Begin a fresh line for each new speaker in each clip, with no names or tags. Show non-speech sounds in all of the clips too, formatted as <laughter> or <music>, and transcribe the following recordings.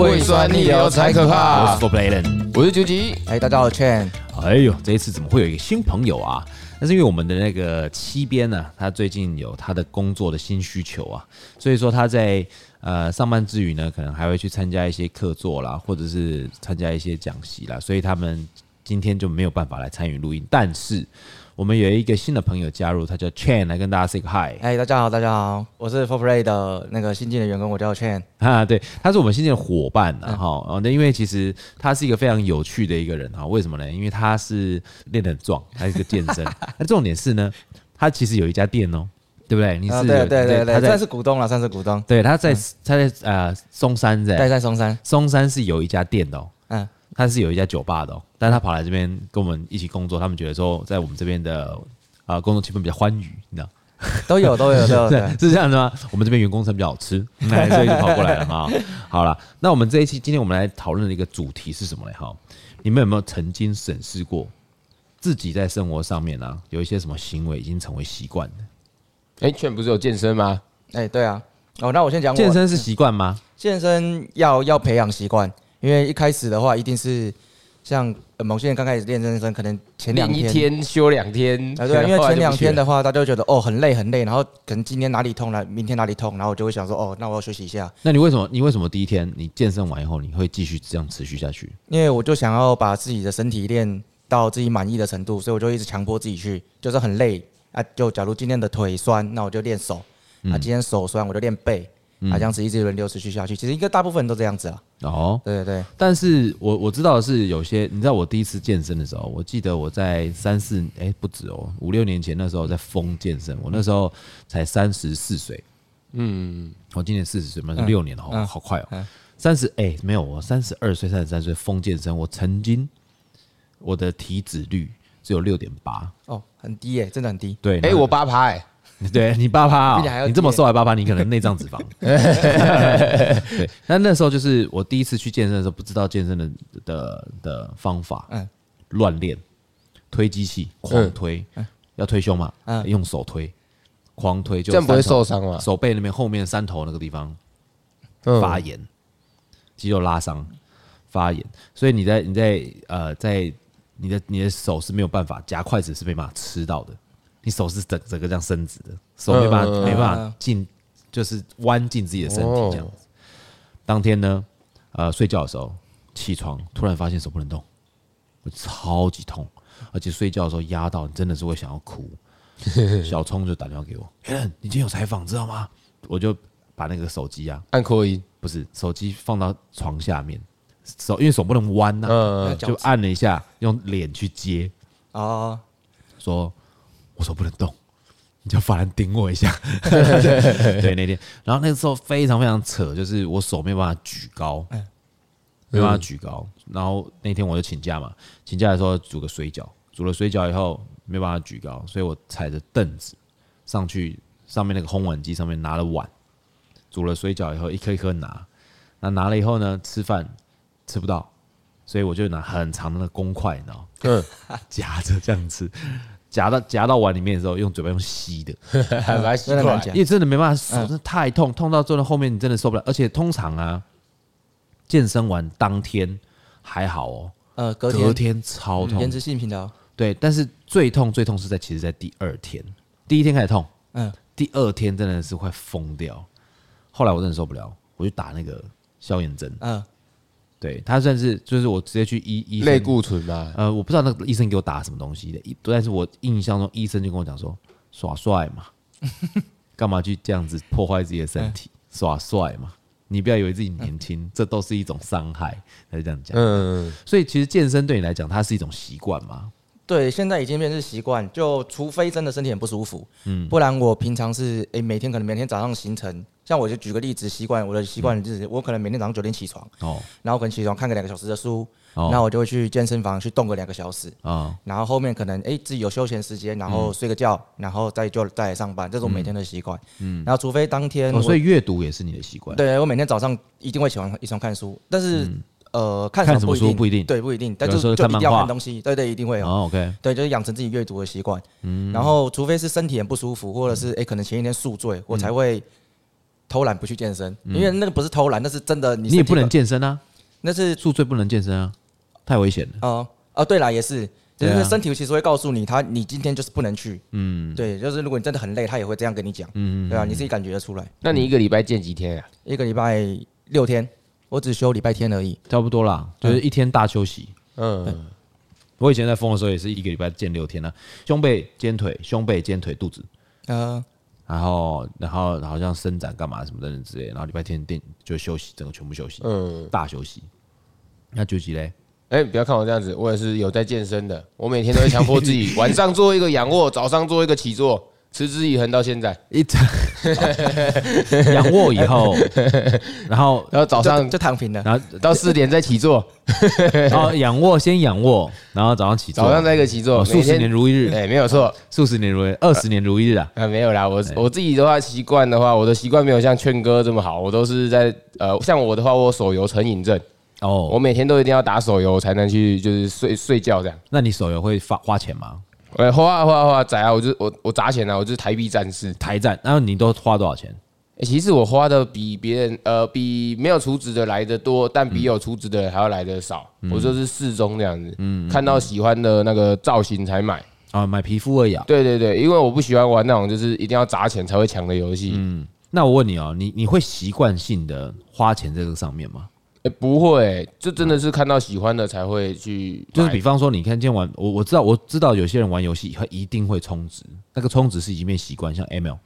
胃酸逆流才可
我
怕
是。For Playland。
我是九吉，
哎，大家好，我是 Chen，
哎呦，这一次怎么会有一个新朋友啊？那是因为我们的那个七边呢、他最近有他的工作的新需求啊，所以说他在呃上班之余呢，可能还会去参加一些客座啦，或者是参加一些讲习啦，所以他们今天就没有办法来参与录音。但是我们有一个新的朋友加入，他叫 Chan，来跟大家 say 个 hi。
哎，大家好，大家好，我是 For Play 的那个新进的员工，我叫 Chen，
啊，对，他是我们新进的伙伴呐、
嗯
哈、哦，那因为其实他是一个非常有趣的一个人哈，为什么呢？因为他是练得很壮，他是一个健
<laughs>
身。那重点是呢，他其实有一家店哦，对不对？你是、
啊，对对对
他在
对，算是股东了，算是股东，
对他在、他在呃松山在
对，在松山，
松山是有一家店的哦，
嗯，
他是有一家酒吧的哦，但他跑来这边跟我们一起工作，他们觉得说在我们这边的啊、呃工作气氛比较欢愉，你知道。
都有都有都有，对
对， <laughs> 是这样子吗？我们这边员工餐比较好吃，哎所以就跑过来了嘛。好了，那我们这一期今天我们来讨论的一个主题是什么呢？哈，你们有没有曾经审视过自己在生活上面啊，有一些什么行为已经成为习惯了？
哎，劝不是有健身吗？
哎，对啊，哦，那我先讲我
健身是习惯吗？
健身要要培养习惯，因为一开始的话一定是像、呃某些人刚开始练健身，可能前两
练一天休两天，
啊，对啊，因为
后来就不
前两天
去了
的话，大家就觉得哦很累很累，然后可能今天哪里痛了，明天哪里痛，然后我就会想说哦，那我要休息一下，
那你为什么你为什么第一天你健身完以后你会继续这样持续下去？
因为我就想要把自己的身体练到自己满意的程度，所以我就一直强迫自己去，就是很累啊，就假如今天的腿酸，那我就练手，啊，今天手酸我就练背，啊，这样子一直轮流持续下去，其实应该大部分人都这样子啊，
哦，
对对对，
但是我我知道的是有些，你知道我第一次健身的时候，我记得我在三四哎、不止哦五六年前那时候在疯健身，我那时候才三十四岁，嗯，我今年四十岁嘛，六年了，好、好快哦，三十哎没有，我三十二岁三十三岁疯健身，我曾经我的体脂率只有六点八，
哦，很低耶、真的很低，
对，
哎，我八趴哎，
<laughs> 对你八趴
比你还要
啊，
低
你这么瘦还八趴，你可能内脏脂
<laughs>
肪。对，那那时候就是我第一次去健身的时候，不知道健身的的的方法，
嗯
乱练，推机器狂推，要推胸嘛，
嗯
用手推，狂推就
这样不会
三头
受伤吗？
手背那边后面三头那个地方
嗯
发炎，肌肉拉伤发炎，所以你在你在呃在你的你的手是没有办法夹筷子是没办法吃到的，你手是整整个这样伸直的，手没办法、
嗯
没办法进就是弯进自己的身体这样
哦
子。当天呢，呃睡觉的时候起床突然发现手不能动，我超级痛，而且睡觉的时候压到你真的是会想要
<laughs>
哭。小聪就打电话给我 a l 你今天有采访，知道吗？我就把那个手机啊，
按扩音，
不是手机放到床下面，手因为手不能弯呐、
嗯，
就按了一下，用脸去接，
哦，
说我手不能动，你叫法兰顶我一下。对，那天，然后那个时候非常非常扯，就是我手没有办法举高，没有办法举高。然后那天我就请假嘛，请假的时候煮个水饺，煮了水饺以后没有办法举高，所以我踩着凳子上去，上面那个烘碗机上面拿了碗，煮了水饺以后一颗一颗拿，那拿了以后呢，吃饭吃不到。所以我就拿很长的那个公筷，你知道吗，
<laughs> 嗯，
夹着这样吃，
嗯
夹到夹到碗里面的时候，用嘴巴用吸的，
还蛮奇
真的
怪
难，讲
因，为真的没办法，
嗯
手真的太痛，痛到最后后面你真的受不了。而且通常啊，健身完当天还好哦，
呃，隔
隔
天
超
延
痛，
迟性疲劳，
对，但是最痛最痛是在其实在第二天，第一天开始痛，
嗯，
第二天真的是快疯掉。后来我真的受不了，我就打那个消炎针，
嗯，
对它算是就是我直接去医医生
类固醇嘛，
呃，我不知道那个医生给我打什么东西的，一但是我印象中医生就跟我讲说，耍帅嘛，
<laughs>
干嘛去这样子破坏自己的身体？
哎
耍帅嘛，你不要以为自己年轻，这都是一种伤害。他就这样
哎
讲，
嗯，
所以其实健身对你来讲，它是一种习惯嘛。
对，现在已经变成是习惯，就除非真的身体很不舒服，嗯，不然我平常是诶、每天可能每天早上行程，像我就举个例子，习惯我的习惯就是、我可能每天早上九点起床，
哦
然后可能起床看个两个小时的书，
哦
那我就会去健身房去动个两个小时，
啊、
然后后面可能诶、自己有休闲时间，然
嗯
后睡个觉，然后再就再来上班，这是我每天的习惯，嗯，然后除非当天我、
哦，所以阅读也是你的习惯。，
对我每天早上一定会起床起床看书，但是、呃看
嗯看
什
什
么
么
不一定
书不一定
对不一定，但
有
就
的时
就
候
一
看
定要
漫
看
画
东西，对对一定会有。
哦，OK，嗯
对，就是养成自己阅读的习
嗯
惯。然后，除非是身体很不舒服，或者是哎、诶可能前一天宿醉，我才会偷懒不去健身，因为那个不是偷懒，那是真的
你
你
也
身体
不能
本，
健身啊，
那是
宿醉不能健身啊，太危险了。
哦哦，对啦，也是，就
对啊
是身体其实会告诉你，他你今天就是不能去，嗯，对，就是如果你真的很累，他也会这样跟你讲，嗯，对啊，你自己感觉得出来。
那你一个礼拜见几天啊呀？
一个礼拜六天，我只休礼拜天而已。
差不多啦，
哎
就是一天大休息。
嗯，
我以前在疯的时候也是一个礼拜见六天啊，胸背、肩腿、胸背、肩腿、肚子，
呃，
然后然后好像伸展干嘛什么的之类的，然后礼拜天店就休息，整个全部休息，
嗯
大休息。那九级嘞？
<laughs> 哎，不要看我这样子，我也是有在健身的。我每天都会强迫自己，晚上做一个仰卧，早上做一个起坐，持之以恒到现在。
一 <laughs> 仰卧以
<laughs>
后，然后
然后早上
就就躺平了。
然后
到四点再起坐，
然后仰卧先仰卧，然后早上起坐，
早上再一个起坐，
哦
每
数十
天
年如一日，
哎，没有错。
数十年如一日，二十年如一日啊！
啊，没有啦，我我自己的话习惯的话，我的习惯没有像劝哥这么好，我都是在呃，像我的话，我有手游成瘾症，呃我
哦，
每天都一定要打手游才能去就是睡睡觉这样。
那你手游会发花钱吗？
哎，花啊花啊花啊仔啊，我就我我砸钱啊，我就是台币战士。
台站，然后你都花多少钱？
哎其实我花的比别人呃比没有储值的来的多，但比有储值的人还要来的少。我就是适中这样子，看到喜欢的那个造型才买。
啊，买皮肤而已啊。
对对对，因为我不喜欢玩那种就是一定要砸钱才会抢的游戏。
那我问你哦，你你会习惯性的花钱在这个上面吗？
欸、不会、这真的是看到喜欢的才会去买，
就是比方说，你看今天玩，我我知道我知道有些人玩游戏会一定会充值，那个充值是已经变习惯，像 ML，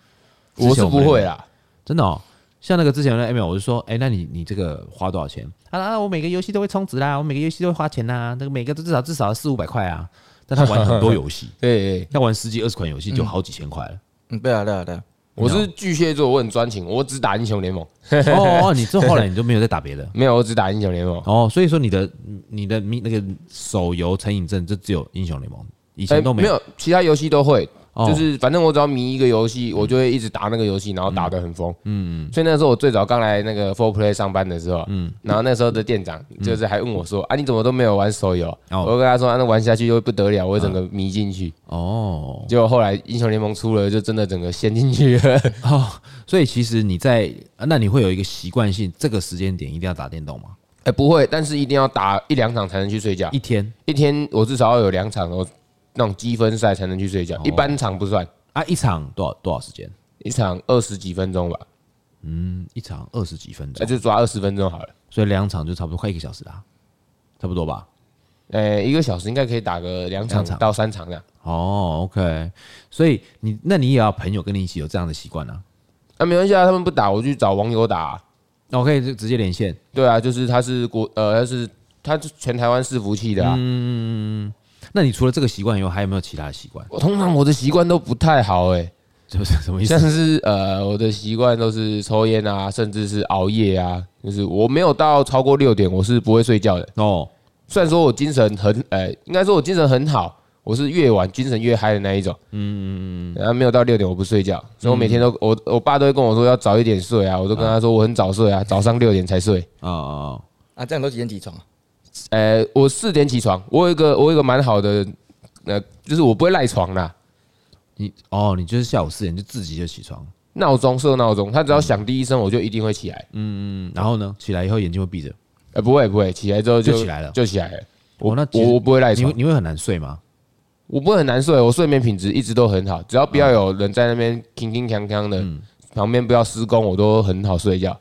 我是不会啦，
真的哦。像那个之前的 ML，我就说，哎、那你你这个花多少钱？啊啊，我每个游戏都会充值啦，我每个游戏都会花钱啦，那个每个都至少至少四五百块啊。但他玩很多游戏，
对，对
他玩十几二十款游戏就好几千
<laughs>
块了。
嗯，对啊，对啊，对啊。
我是巨蟹座，我很专情，我只打英雄联盟，
哦哦，你这后来你就没有再打别的。
没有，我只打英雄联盟。
哦，所以说你的你的那个手游成瘾症就只有英雄联盟，以
哎
前都没
没
有，
有，其他游戏都会，
哦嗯
就是反正我只要迷一个游戏，我就会一直打那个游戏，然后打得很疯。嗯，所以那时候我最早刚来那个 Four Play 上班的时候，嗯，然后那时候的店长就是还问我说：“啊，你怎么都没有玩手游？”
嗯哦嗯
我就跟他说：“啊，那玩下去就会不得了，我会整个迷进去。
哦”
结果后来英雄联盟出了，就真的整个陷进去了。
哦，所以其实你在啊那你会有一个习惯性，这个时间点一定要打电动吗？
哎、不会，但是一定要打一两场才能去睡觉。
一天
一天我至少要有两场哦，那种积分赛才能去睡觉，一
哦
般场不算，
啊，一场多少多少时间？
一场二十几分钟吧，
嗯，一场二十几分
那
钟，
就抓二十分钟好了。
所以两场就差不多快一个小时啦，差不多吧。
呃、一个小时应该可以打个两场
两场
到三场这样。
哦，OK，所以你那你也要朋友跟你一起有这样的习惯啊。
那、没关系啊，他们不打，我去找网友打啊、
那我可以就直接连线，
对啊，就是他是国呃，他是他是全台湾伺服器的啊。
嗯那你除了这个习惯以外，还有没有其他的习惯？ <laughs>
我通常我的习惯都不太好哎、
是不是什么意思
像？是呃，我的习惯都是抽烟啊，甚至是熬夜啊，就是我没有到超过六点，我是不会睡觉的。
哦，
虽然说我精神很，呃，应该说我精神很好，我是越晚精神越嗨的那一种。嗯嗯嗯。嗯然后没有到六点我不睡觉，所以我每天都我我爸都会跟我说要早一点睡啊，我都跟他说我很早睡啊，早上六点才睡。
哦哦，
啊，这样都几点起床啊？
呃，我四点起床，我有一个我有一个蛮好的，呃，就是我不会赖床啦，
你哦，你就是下午四点就自己就起床，
闹钟设闹钟，他只要响第一声我就一定会起来。
嗯，然后呢，起来以后眼睛会闭着，
呃，不会不会，起来之后就
就起来了
就起来了。
我、哦那其
我
实
我不会赖
你
床
会，你会很难睡吗？
我不会很难睡，我睡眠品质一直都很好，只要不要有人在那边铿铿锵锵的，旁边不要施工，我都很好睡觉。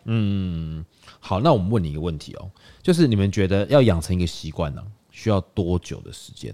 好，那我们问你一个问题哦，就是你们觉得要养成一个习惯呢，需要多久的时间？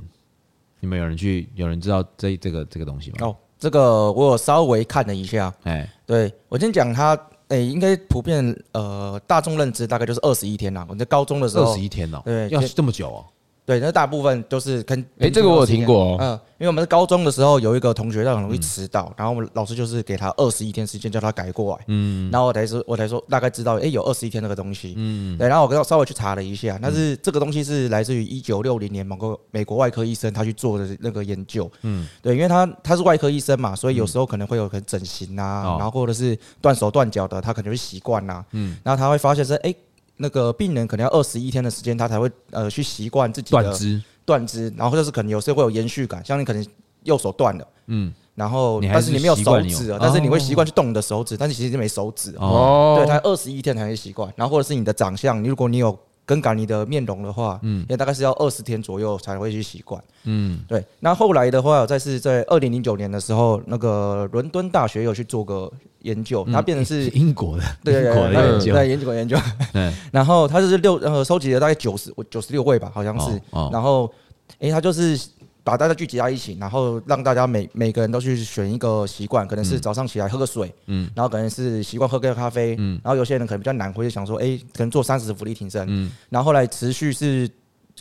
你们有人去有人知道这这个这个东西吗？
哦，这个我有稍微看了一下，
哎，
对我先讲他，诶、应该普遍呃大众认知大概就是二十一天啦。我在高中的时
二
候
十，一天哦，
对
要
就
这么久哦，
对，那大部分都是跟
诶这个我有听过哦
嗯、因为我们在高中的时候有一个同学他很容易迟到，然后我们老师就是给他二十一天时间叫他改过来，嗯，然后我才说我才说大概知道，诶，有二十一天这个东西，嗯，对，然后我跟他稍微去查了一下，但是这个东西是来自于一九六零年某个美国外科医生他去做的那个研究，嗯，对，因为他他是外科医生嘛，所以
嗯
有时候可能会有可能整形啊，
哦
然后或者是断手断脚的，他可能会习惯啦，嗯，然后他会发现说，诶，那个病人可能要二十一天的时间，他才会呃去习惯自己的
断肢
断肢，然后就是可能有时候会有延续感，像你可能右手断了，嗯，然后
你还
但是
是
你没有
习惯
手
你有
指啊，但是你会
哦
习惯去动你的手指，但是其实你没手指啊。
哦，
对，它二十一天才会习惯。然后或者是你的长相，你如果你有更改你的面容的话，嗯，也大概是要二十天左右才会去习惯。嗯，对。那后来的话，再是在二零零九年的时候，那个伦敦大学有去做个研究，
嗯
它变成是。
英国的，
对
<laughs>
对
英国
对
的
对
研究，
对，研究研究，
<laughs> 对，
<laughs> 然后它就是六呃，收集了大概九十九十六位吧，好像是
哦哦。
然后，诶，它就是把大家聚集在一起，然后让大家每每个人都去选一个习惯，可能是早上起来喝个水，
嗯
然后可能是习惯喝个咖啡，
嗯
然后有些人可能比较难，会就想说，哎、可能做三十伏力挺身，
嗯
然后后来持续是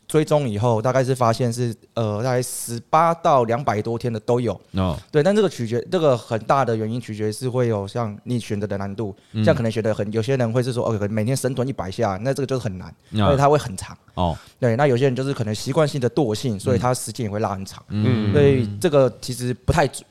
追踪以后，大概是发现是呃，大概十八到两百多天的都有，
哦，
对，但这个取决这个很大的原因取决是会有像你选择的难度，
嗯
像可能选择很有些人会是说，哦，可能每天深蹲一百下，那这个就是很难，
啊
而且它会很长，
哦，
对，那有些人就是可能习惯性的惰性，
嗯
所以他时间也会拉很长，
嗯
所以这个其实不太准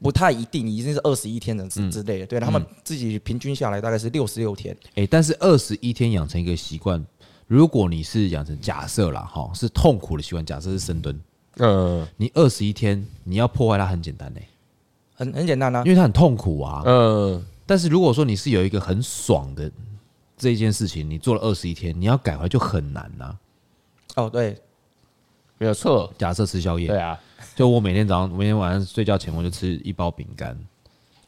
不太一定，一定是二十一天的
嗯
之之类的。对他们自己平均下来大概是六十六天，
哎，但是二十一天养成一个习惯，如果你是养成假设啦，哈，是痛苦的习惯，假设是深蹲，
嗯
你二十一天你要破坏它很简单嘞，
很很简单啊
因。为它很痛苦啊。
嗯，
但是如果说你是有一个很爽的这一件事情，你做了二十一天，你要改回来就很难呐、
哦，对，
没有错，
假设吃宵夜
对，啊，
就我每天早上、每天晚上睡觉前，我就吃一包饼干，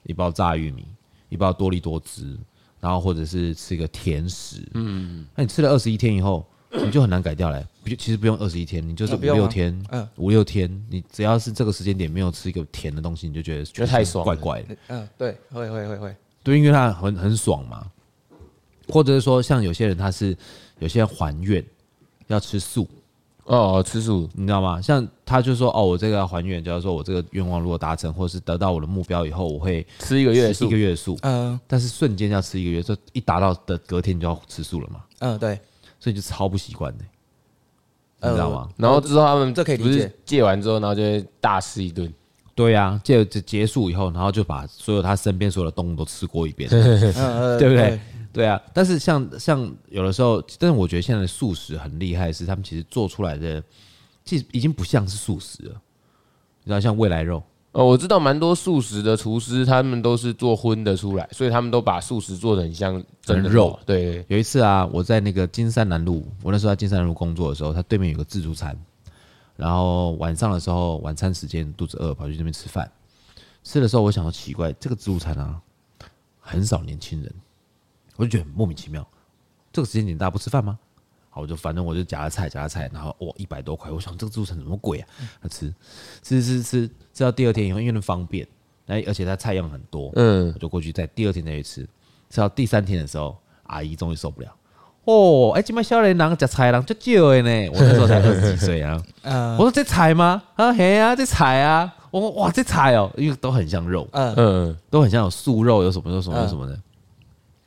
一包炸玉米，一包多利多汁，然后或者是吃个甜食。嗯，那你吃了二十一天以后，你就很难改掉嘞。不就，其实不用二十一天，你就是
那
五
不用啊
六天
嗯，
五六天，你只要是这个时间点没有吃一个甜的东西，你就觉得
得太爽了
怪怪的。
嗯，对，会会会会，
对，因为它很很爽嘛。或者是说，像有些人他是有些人还愿要吃素，
哦，吃素，
你知道吗？像他就说哦，我这个要还愿，假如说我这个愿望如果达成，或者是得到我的目标以后，我会
吃一个月的
吃
素
一个，月的素。
嗯
但是瞬间要吃一个月，就一达到的隔天就要吃素了嘛，
嗯，对，
所以就超不习惯的，你
呃
知道吗？
然后之后他们
这可以理解
不是戒完之后，然后就会大吃一顿，
对呀、结结结束以后，然后就把所有他身边所有的动物都吃过一遍，
嗯呃
对不对？？对啊，但是像像有的时候，但是我觉得现在的素食很厉害，是他们其实做出来的，其实已经不像是素食了。你知道，像未来肉，
哦，我知道蛮多素食的厨师，他们都是做荤的出来，所以他们都把素食做的很像真的
很肉
对对，对
有一次啊，我在那个金山南路，我那时候在金山南路工作的时候，它对面有个自助餐，然后晚上的时候晚餐时间肚子饿，跑去那边吃饭。吃的时候我想说奇怪，这个自助餐啊，很少年轻人，我就觉得很莫名其妙。这个时间点大家不吃饭吗？好，我就反正我就夹了菜，夹了菜，然后哇一百多块，我想这个自助餐怎么贵啊？那吃吃吃吃，吃到第二天以后，因为那方便，哎，而且它菜样很多，
嗯
我，就过去在第二天再去吃，吃到第三天的时候，阿姨终于受不了。哦，哎，今麦少年人食菜人就少的呢，我那时候才二十几岁啊。
嗯
我说这菜吗？啊嘿啊，这菜啊。我说哇，这菜哦，因为都很像肉，
嗯
嗯，
都很像有素肉，有什么有什么
嗯
有什么的。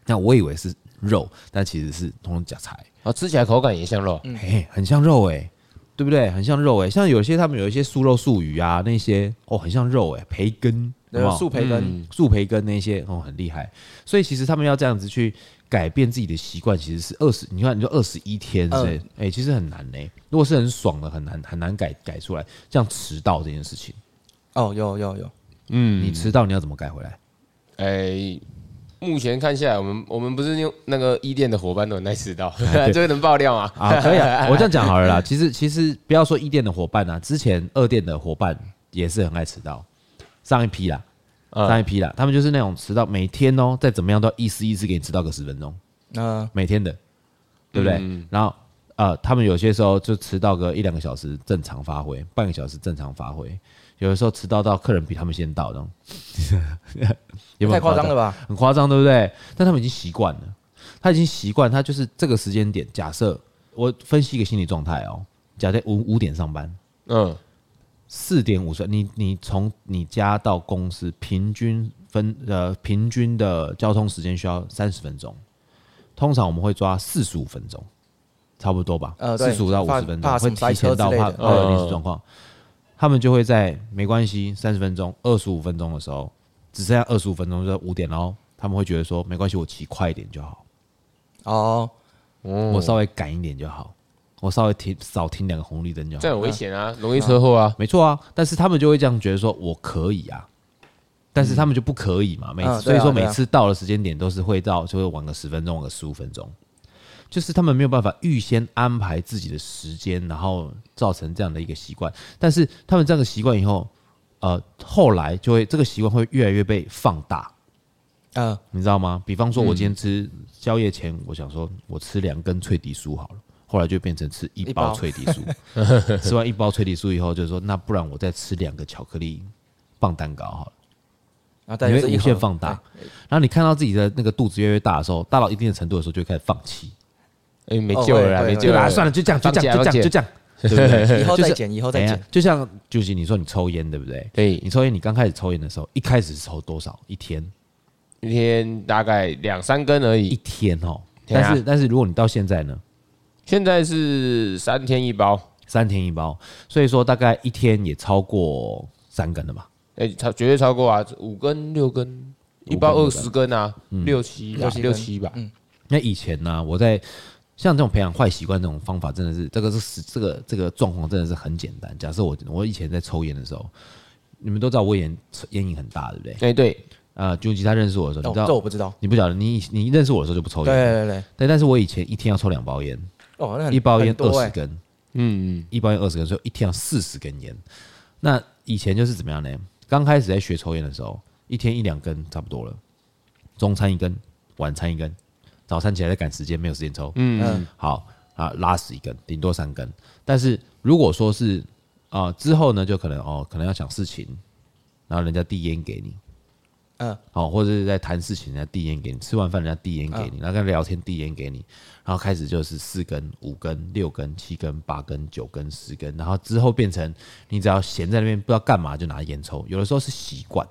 那我以为是肉，但其实是通通假菜，
哦，吃起来口感也像肉，
嘿，很像肉哎，对不对？很像肉哎，像有些他们有一些素肉素鱼啊，那些哦，很像肉哎，培根，有没
对，
有
素培根，
树培根那些哦很厉害，所以其实他们要这样子去改变自己的习惯，其实是二十，你看你说二十一天是不
嗯
是，哎、其实很难呢、如果是很爽的，很难很难改改出来。像迟到这件事情，
哦，有有有，嗯
你迟到你要怎么改回来？
哎。目前看下来，我们我们不是用那个一店的伙伴都很爱迟到，这个能爆料吗？
啊，可以啊，我这样讲好了啦。其实其实不要说一店的伙伴啊，之前二店的伙伴也是很爱迟到，上一批啦，
嗯
上一批啦，他们就是那种迟到，每天哦、再怎么样都要一丝一丝给你迟到个十分钟。
嗯
每天的，对不对？然后呃，他们有些时候就迟到个一两个小时正常发挥，半个小时正常发挥，有的时候迟到到客人比他们先到，这样 <laughs> 有没有
太
很
夸张了
吧？
吧？
啊很夸张，对不对？但他们已经习惯了，他已经习惯，他就是这个时间点。假设我分析一个心理状态哦，假设五五点上班，
嗯，
四点五十，你你从你家到公司平均分呃平均的交通时间需要三十分钟，通常我们会抓四十五分钟，差不多吧，
呃对
四十五到五
怕
十分钟
怕
会
什么塞
提前
车
到
之类
怕
的
怕有临时
嗯
状况，他们就会在没关系三十分钟、二十五分钟的时候，只剩下二十五分钟，就是五点喽，他们会觉得说没关系，我骑快一点就好，
哦，
我稍微赶一点就好，我稍微停少停两个红绿灯就好
这。样很危险啊，容易车祸啊。
没错啊，但是他们就会这样觉得说，我可以啊，但是他们就不可以嘛，每次、
嗯嗯对啊
所以说
对
每
啊
次到了时间点都是会到，就会晚个十分钟，晚个十五分钟，就是他们没有办法预先安排自己的时间，然后造成这样的一个习惯。但是他们这样的习惯以后，呃，后来就会这个习惯会越来越被放大，
嗯，
你知道吗？比方说，我今天吃宵夜前，我想说我吃两根脆皮酥好了，后来就变成吃一
一
包
包
脆皮酥，
<laughs>
吃完一包脆皮酥以后，就说那不然我再吃两个巧克力棒蛋糕好了。
然后再
你
就
会
是一
无限
盒
放大，
哎
然后你看到自己的那个肚子越来越大的时候，大到一定的程度的时候，就会开始放弃，
哎，没救了啦，
哦对
没
对
救
对
了
吧？
啦，
算了，就这样，就
放
这
弃啊
样，就这
放弃
样，就这样，对不对？
以后
就是
再减，以后再
哎呀
减，
就像就是你说你抽烟对不对？
对
你抽烟，你刚开始抽烟的时候，一开始是抽多少？一天，
一天大概两三根而
一
已，
天哦。
对啊
但是但是如果你到现在呢，
现在是三天一包，
三天一包，所以说大概一天也超过三根了吧？
哎，超绝对超过啊，五根六根，一包
六
二
根
十根啊，六七吧
六七根
六七吧，
那以前呢、我在像这种培养坏习惯这种方法，真的是这个是这个这个状况真的是很简单。假设我我以前在抽烟的时候，你们都知道我烟烟瘾很大，对不对？
哎对，
啊，就吉他认识我的时候，
哦
你知道、
这我不知道。
你不晓得，你你认识我的时候就不抽
对
烟，
对对对，
对但是我以前一天要抽两包烟，
哦，那很
一包烟
很多
二
哎
十根，
嗯嗯，
一包烟二十根，所以一天要四十根烟。那以前就是怎么样呢？刚开始在学抽烟的时候，一天一两根差不多了，中餐一根，晚餐一根，早餐起来在赶时间，没有时间抽。
嗯，
好啊，拉屎一根，顶多三根。但是如果说是啊、呃之后呢，就可能哦，可能要想事情，然后人家递烟给你，
嗯，
哦，或者是在谈事情，人家递烟给你，吃完饭人家递烟给
嗯
你，然后跟他聊天递烟给你，然后开始就是四根、五根、六根、七根、八根、九根、十根，然后之后变成你只要闲在那边不知道干嘛就拿烟抽，有的时候是习惯，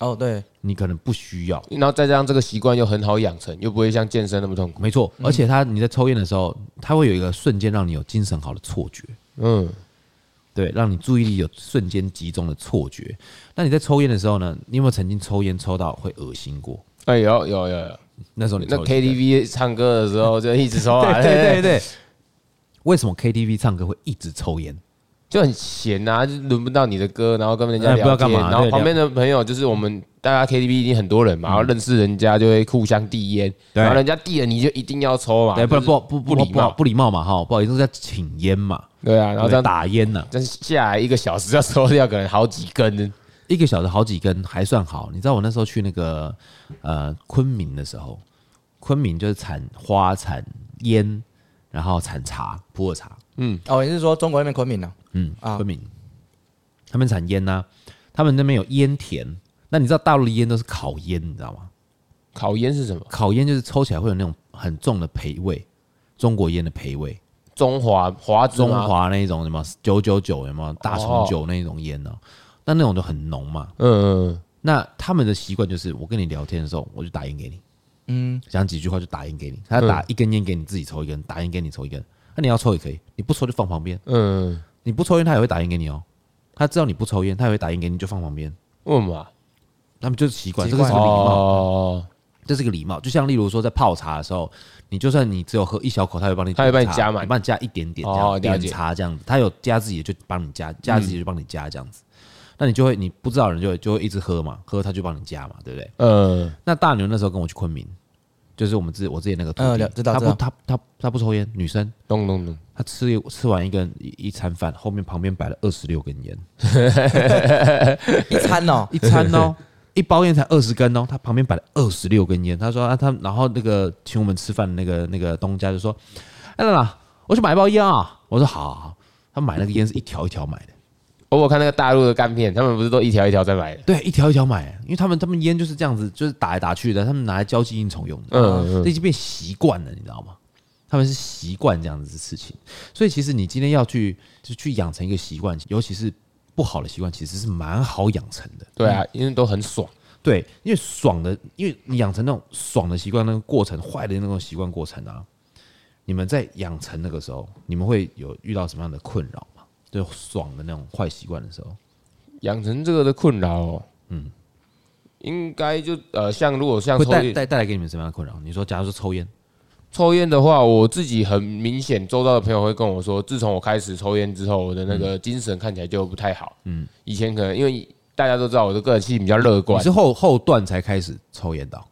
哦对，
你可能不需要，
然后再加上这个习惯又很好养成，又不会像健身那么痛苦，
没错，而且他你在抽烟的时候，他会有一个瞬间让你有精神好的错觉。
嗯，
对，让你注意力有瞬间集中的错觉。那你在抽烟的时候呢？你有没有曾经抽烟抽到会恶心过？
哎有有有有，
那时候你
那
抽几根
KTV 唱歌的时候就一直抽啊，
<laughs> 对对对对，为什么 KTV 唱歌会一直抽烟？
就很闲啊，就轮不到你的歌，然后跟人家
哎不知道
聊
干
天，
嘛
然后
对
旁边的朋友就是我们大家 KTV 已经很多人嘛，然后认识人家就会互相递烟，
对
然后人家递了你就一定要抽嘛，
对，不然
啊就是
不不
不
不
礼
不好
貌，
不礼貌嘛哈，不好意思，这叫请烟嘛，
对啊，然后这样
打烟呢、
但是下来一个小时要抽掉可能好几根，
一个小时好几根还算好。你知道我那时候去那个呃昆明的时候，昆明就是产花、产烟，然后产茶，普洱茶。
哦，你是说中国那边昆明
<coughs>
呢？
嗯，
啊
昆明，他们产烟呐、他们那边有烟田。那你知道大陆的烟都是烤烟，你知道吗？
烤烟是什么？
烤烟就是抽起来会有那种很重的培味，中国烟的培味，
中华华
啊
子
中
吗，
华那一种什么九九九有没
哦
有大重九那一种烟呢、那那种就很浓嘛。
嗯，嗯
那他们的习惯就是，我跟你聊天的时候，我就打烟给你，
嗯，
讲几句话就打烟给你。他打一根烟给你自己抽一根，打烟给你抽一根。那你要抽也可以，你不抽就放旁边。
嗯，
你不抽烟，他也会打烟给你哦。他知道你不抽烟，他也会打烟给你，就放旁边。
为什么啊？
他们就是习惯，
习
这
惯
个是个礼貌，
哦，
这是个礼貌。就像例如说，在泡茶的时候，你就算你只有喝一小口，他会帮你
他会帮你
点
加
茶
满
帮你加一点点，这
哦
样
了解
点茶这样子。他有加自己的就帮你加，加自己的就帮你加这样子。
嗯
那你就会，你不知道的人就会就会一直喝嘛，喝他就帮你加嘛，对不对？
嗯，
那大牛那时候跟我去昆明，就是我们自我自己那个徒
嗯
哦
弟
了，知道
他
知
不
道
他他他不抽烟，女生，
咚咚咚，
他吃吃完一根一一餐饭，后面旁边摆了二十六根烟，
一餐哦，
一餐哦，一包烟才二十根哦，他旁边摆了二十六根烟。他说啊，他然后那个请我们吃饭的那个那个东家就说，哎娜娜，我去买一包烟啊。我说好好好，他买那个烟是一条一条买的，
哦我有看那个大陆的干片，他们不是都一条一条在买的？
对，一条一条买，因为他们他们烟就是这样子，就是打来打去的，他们拿来交际应酬用的，
嗯
这已经变习惯了，你知道吗？他们是习惯这样子的事情，所以其实你今天要去就去养成一个习惯，尤其是不好的习惯，其实是蛮好养成的。
对啊，因为都很爽。
对，因为爽的，因为你养成那种爽的习惯，那个过程坏的那种习惯过程啊，你们在养成那个时候，你们会有遇到什么样的困扰吗？就爽的那种坏习惯的时候，
养成这个的困扰、哦，嗯，应该就呃，像如果像
会
抽
带
烟，
带带来给你们什么样的困扰？你说，假如说抽烟，
抽烟的话，我自己很明显，周遭的朋友会跟我说，自从我开始抽烟之后，我的那个精神看起来就不太好，嗯，以前可能因为大家都知道我的个人气比较乐
你
观
是，后后段才开始抽烟的哦，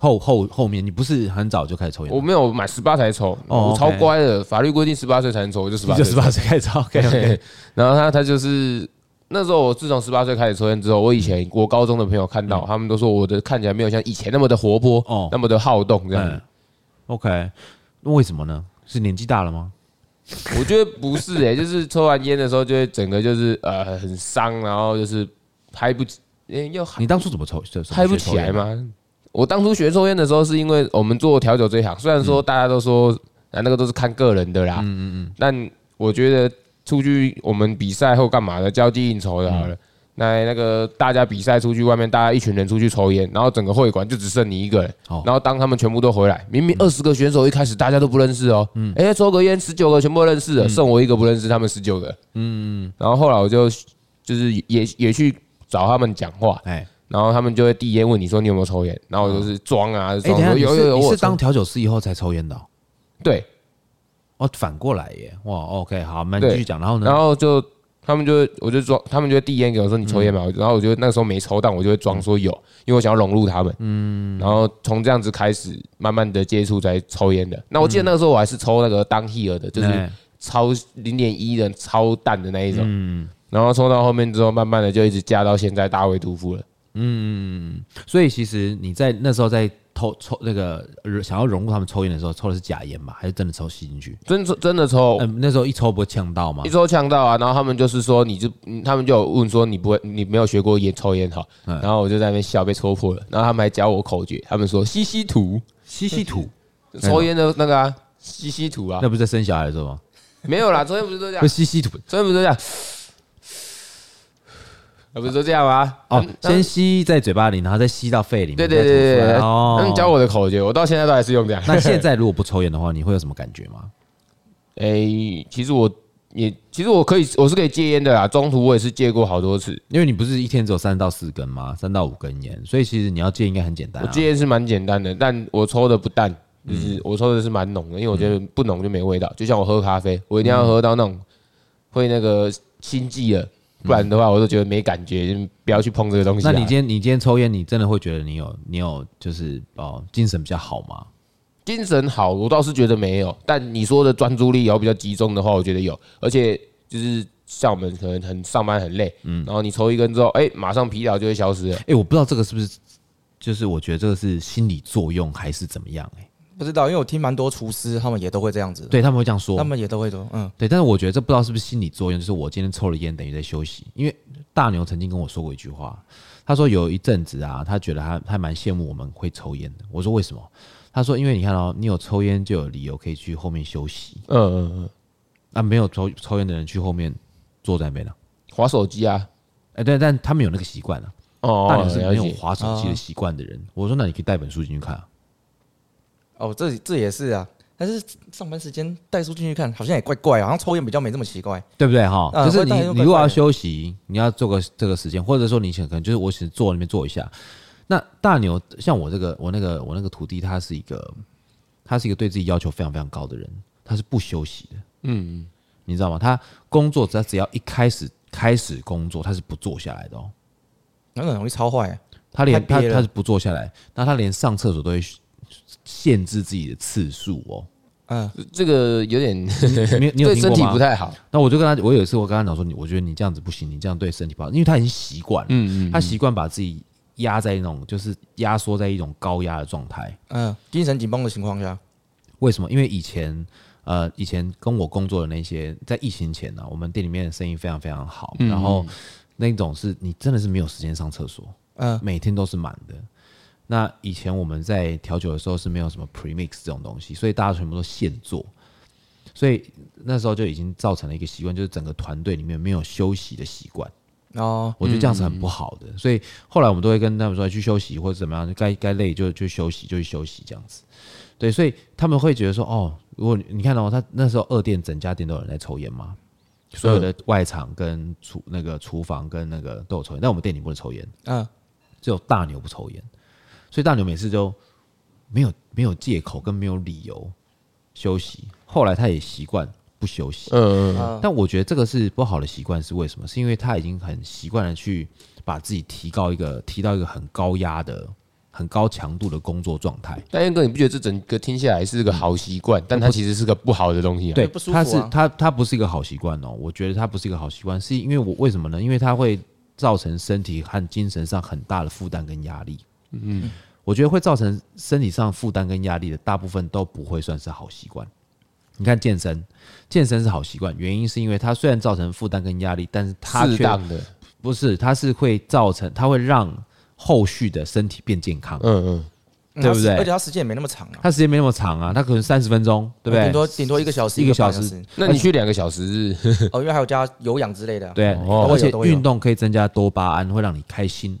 后后后面你不是很早就开始抽烟的
我
吗？
没有满十八才抽，
哦
我超
OK
乖的，法律规定十八岁才能抽，我就十八
你就
岁
十八岁开始抽，OK
<laughs>
嗯
对
OK，，
然后他他就是那时候我自从十八岁开始抽烟之后，我以前我高中的朋友看到，他们都说我的看起来没有像以前那么的活泼，
嗯哦
那么的好动这样
嗯。，OK，那为什么呢？是年纪大了吗？
<laughs> 我觉得不是诶、就是抽完烟的时候就会整个就是呃很伤，然后就是嗨不起，诶又嗨
你当初怎么抽？怎么
嗨不
学抽
起
烟
来
的？
吗？我当初学抽烟的时候，是因为我们做调酒这一行，虽然说大家都说啊那个都是看个人的啦，嗯嗯嗯嗯，但我觉得出去我们比赛后干嘛的，交际应酬的好了。那那个大家比赛出去外面，大家一群人出去抽烟，然后整个会馆就只剩你一个人。
哦
然后当他们全部都回来，明明二十个选手一开始大家都不认识哦，哎，抽个烟十九个全部认识了，剩我一个不认识，他们十九个。嗯，然后后来我就就是也也去找他们讲话，
哎
然后他们就会递烟问你说你有没有抽烟，然后我就是装啊，
哦哎，等
装
一下
说
你
有有
是
有，
你
我有
是
抽
当调酒师以后才抽烟的哦？
对，
哦，反过来耶！哇，OK，好，那你
对
继续讲。然后呢？
然后就他们就我就装，他们就会递烟给我说你抽烟
嗯
吗？然后我就那时候没抽，但我就会装说有，因为我想要融入他们，嗯，然后从这样子开始慢慢的接触才抽烟的。那我记得那个时候我还是抽那个当 healer 的，就是
哎
超零点一的超淡的那一种，
嗯
然后抽到后面之后，慢慢的就一直加到现在大卫杜夫了。
所以其实你在那时候在偷抽那个呃想要融入他们抽烟的时候，抽的是假烟嘛，还是真的抽吸进去？
真抽真的抽，
嗯，那时候一抽不会呛到吗
哦一？周呛到啊，然后他们就是说，你就嗯他们就有问说你不会，你没有学过烟抽烟哈，
嗯
然后我就在那边笑被戳破了，然后他们还教我口诀，他们说吸吸吐，
吸吸吐，
抽烟的那个啊，吸吸吐啊
嗯那，不是在生小孩的时候吗？
没有啦，抽烟不是都这
不
样
是，吸吸吐
抽烟不是都这样，啊不是都这样吗？
哦
嗯，
先吸在嘴巴里，然后再吸到肺里面。
对对对
再
对
吐出
对，
来
他们教
哦。
我的口诀，我到现在都还是用这样。
那
<laughs>
现在如果不抽烟的话，你会有什么感觉吗？
诶，哎其实我也其实我可以，我是可以戒烟的啦，中途我也是戒过好多次，
因为你不是一天只有三到四根吗？三到五根烟，所以其实你要戒应该很简单、
我
啊。
戒烟是蛮简单的，但我抽的不淡，
嗯
就是我抽的是蛮浓的，因为我觉得不浓就没味道。就像我喝咖啡，我一
嗯
定要喝到那种会那个心悸了，不然的话我都觉得没感觉，就不要去碰这个东西啊。
嗯那你今天你今天抽烟，你真的会觉得你有你有就是哦精神比较好吗？
精神好，我倒是觉得没有。但你说的专注力有比较集中的话，我觉得有，而且就是。像我们可能很上班很累，嗯，然后你抽一根之后，哎、马上疲劳就会消失了。
哎、我不知道这个是不是，就是我觉得这个是心理作用还是怎么样、欸？
不知道，因为我听蛮多厨师他们也都会这样子，，
对他们会这样说
他，们也都会说，嗯，
对，但是我觉得这不知道是不是心理作用，就是我今天抽了烟等于在休息。因为大牛曾经跟我说过一句话，他说有一阵子啊，他觉得他他蛮羡慕我们会抽烟的。我说为什么？他说因为你看哦，你有抽烟就有理由可以去后面休息，
嗯嗯嗯，
那、没有抽抽烟的人去后面坐在那边了、
划手机啊，
哎、对，但他们有那个习惯了。啊
哦，
大牛是没
了
有
解哦
划手机的习惯的人。我说那你可以带本书进去看啊。
哦，这这也是啊，但是上班时间带书进去看，好像也怪怪啊，好像抽烟比较没这么奇怪，
对不对哈？
嗯
就是
会
你
带又
你
怪
如果
怪
要
的
休息，你要做个这个时间，或者说你想可能就是我想坐那边坐一下。那大牛像我这个我那个我那个徒弟，他是一个他是一个对自己要求非常非常高的人，他是不休息的，
嗯，
你知道吗？他工作只要只要一开始开始工作，他是不坐下来的哦。
那很容易超坏、啊。
他连
太
他
憋了
他是不坐下来，那他连上厕所都会限制自己的次数哦。
嗯，
这个有点
你有你有
<laughs> 对
听过
身
吗？
体不太好。
那我就跟他，我有一次我跟他讲说，你我觉得你这样子不行，你这样对身体不好，因为他已经习惯了，他习惯把自己压在那种就是压缩在一种高压的状态。
嗯，精神紧绷的情况下，
为什么？因为以前呃，以前跟我工作的那些，在疫情前啊呢、我们店里面的生意非常非常好，然后那种是你真的是没有时间上厕所，
嗯
每天都是满的。那以前我们在调酒的时候是没有什么 premix 这种东西，所以大家全部都现做，所以那时候就已经造成了一个习惯，就是整个团队里面没有休息的习惯。
哦，
我觉得这样是很不好的，所以后来我们都会跟他们说哎去休息或者怎么样，该该累就就休息就去休息这样子。对，所以他们会觉得说，哦，如果你你看哦，他那时候二店整家店都有人在抽烟嘛，所有的外场跟厨那个厨房跟那个都有抽烟，但我们店里不能抽烟，
嗯，
只有大牛不抽烟，所以大牛每次都没有没有借口跟没有理由休息。后来他也习惯不休息。
嗯嗯
嗯
但我觉得这个是不好的习惯，是为什么？是因为他已经很习惯的去把自己提高一个提到一个很高压的、很高强度的工作状态。
但燕哥，你不觉得这整个听下来是个好习惯，但它其实是个不好的东西啊？
对，
不舒服
他
啊
是他他不是一个好习惯哦，我觉得他不是一个好习惯，是因为我为什么呢？因为他会造成身体和精神上很大的负担跟压力。嗯，我觉得会造成身体上负担跟压力的大部分都不会算是好习惯。你看健身，健身是好习惯，原因是因为它虽然造成负担跟压力，但是它
适
却
当的，
不是，它是会造成，它会让后续的身体变健康。
嗯嗯，
嗯
对不对
而且它时间也没那么长啊，
它时间没那么长啊，它可能三十分钟，对不对？
哦顶多顶多一个小时，
一个小
半
时
那你去两个小时，
哦，因为还有加有氧之类的啊。
对，
哦
而且
都有都有
运动可以增加多巴胺，会让你开心。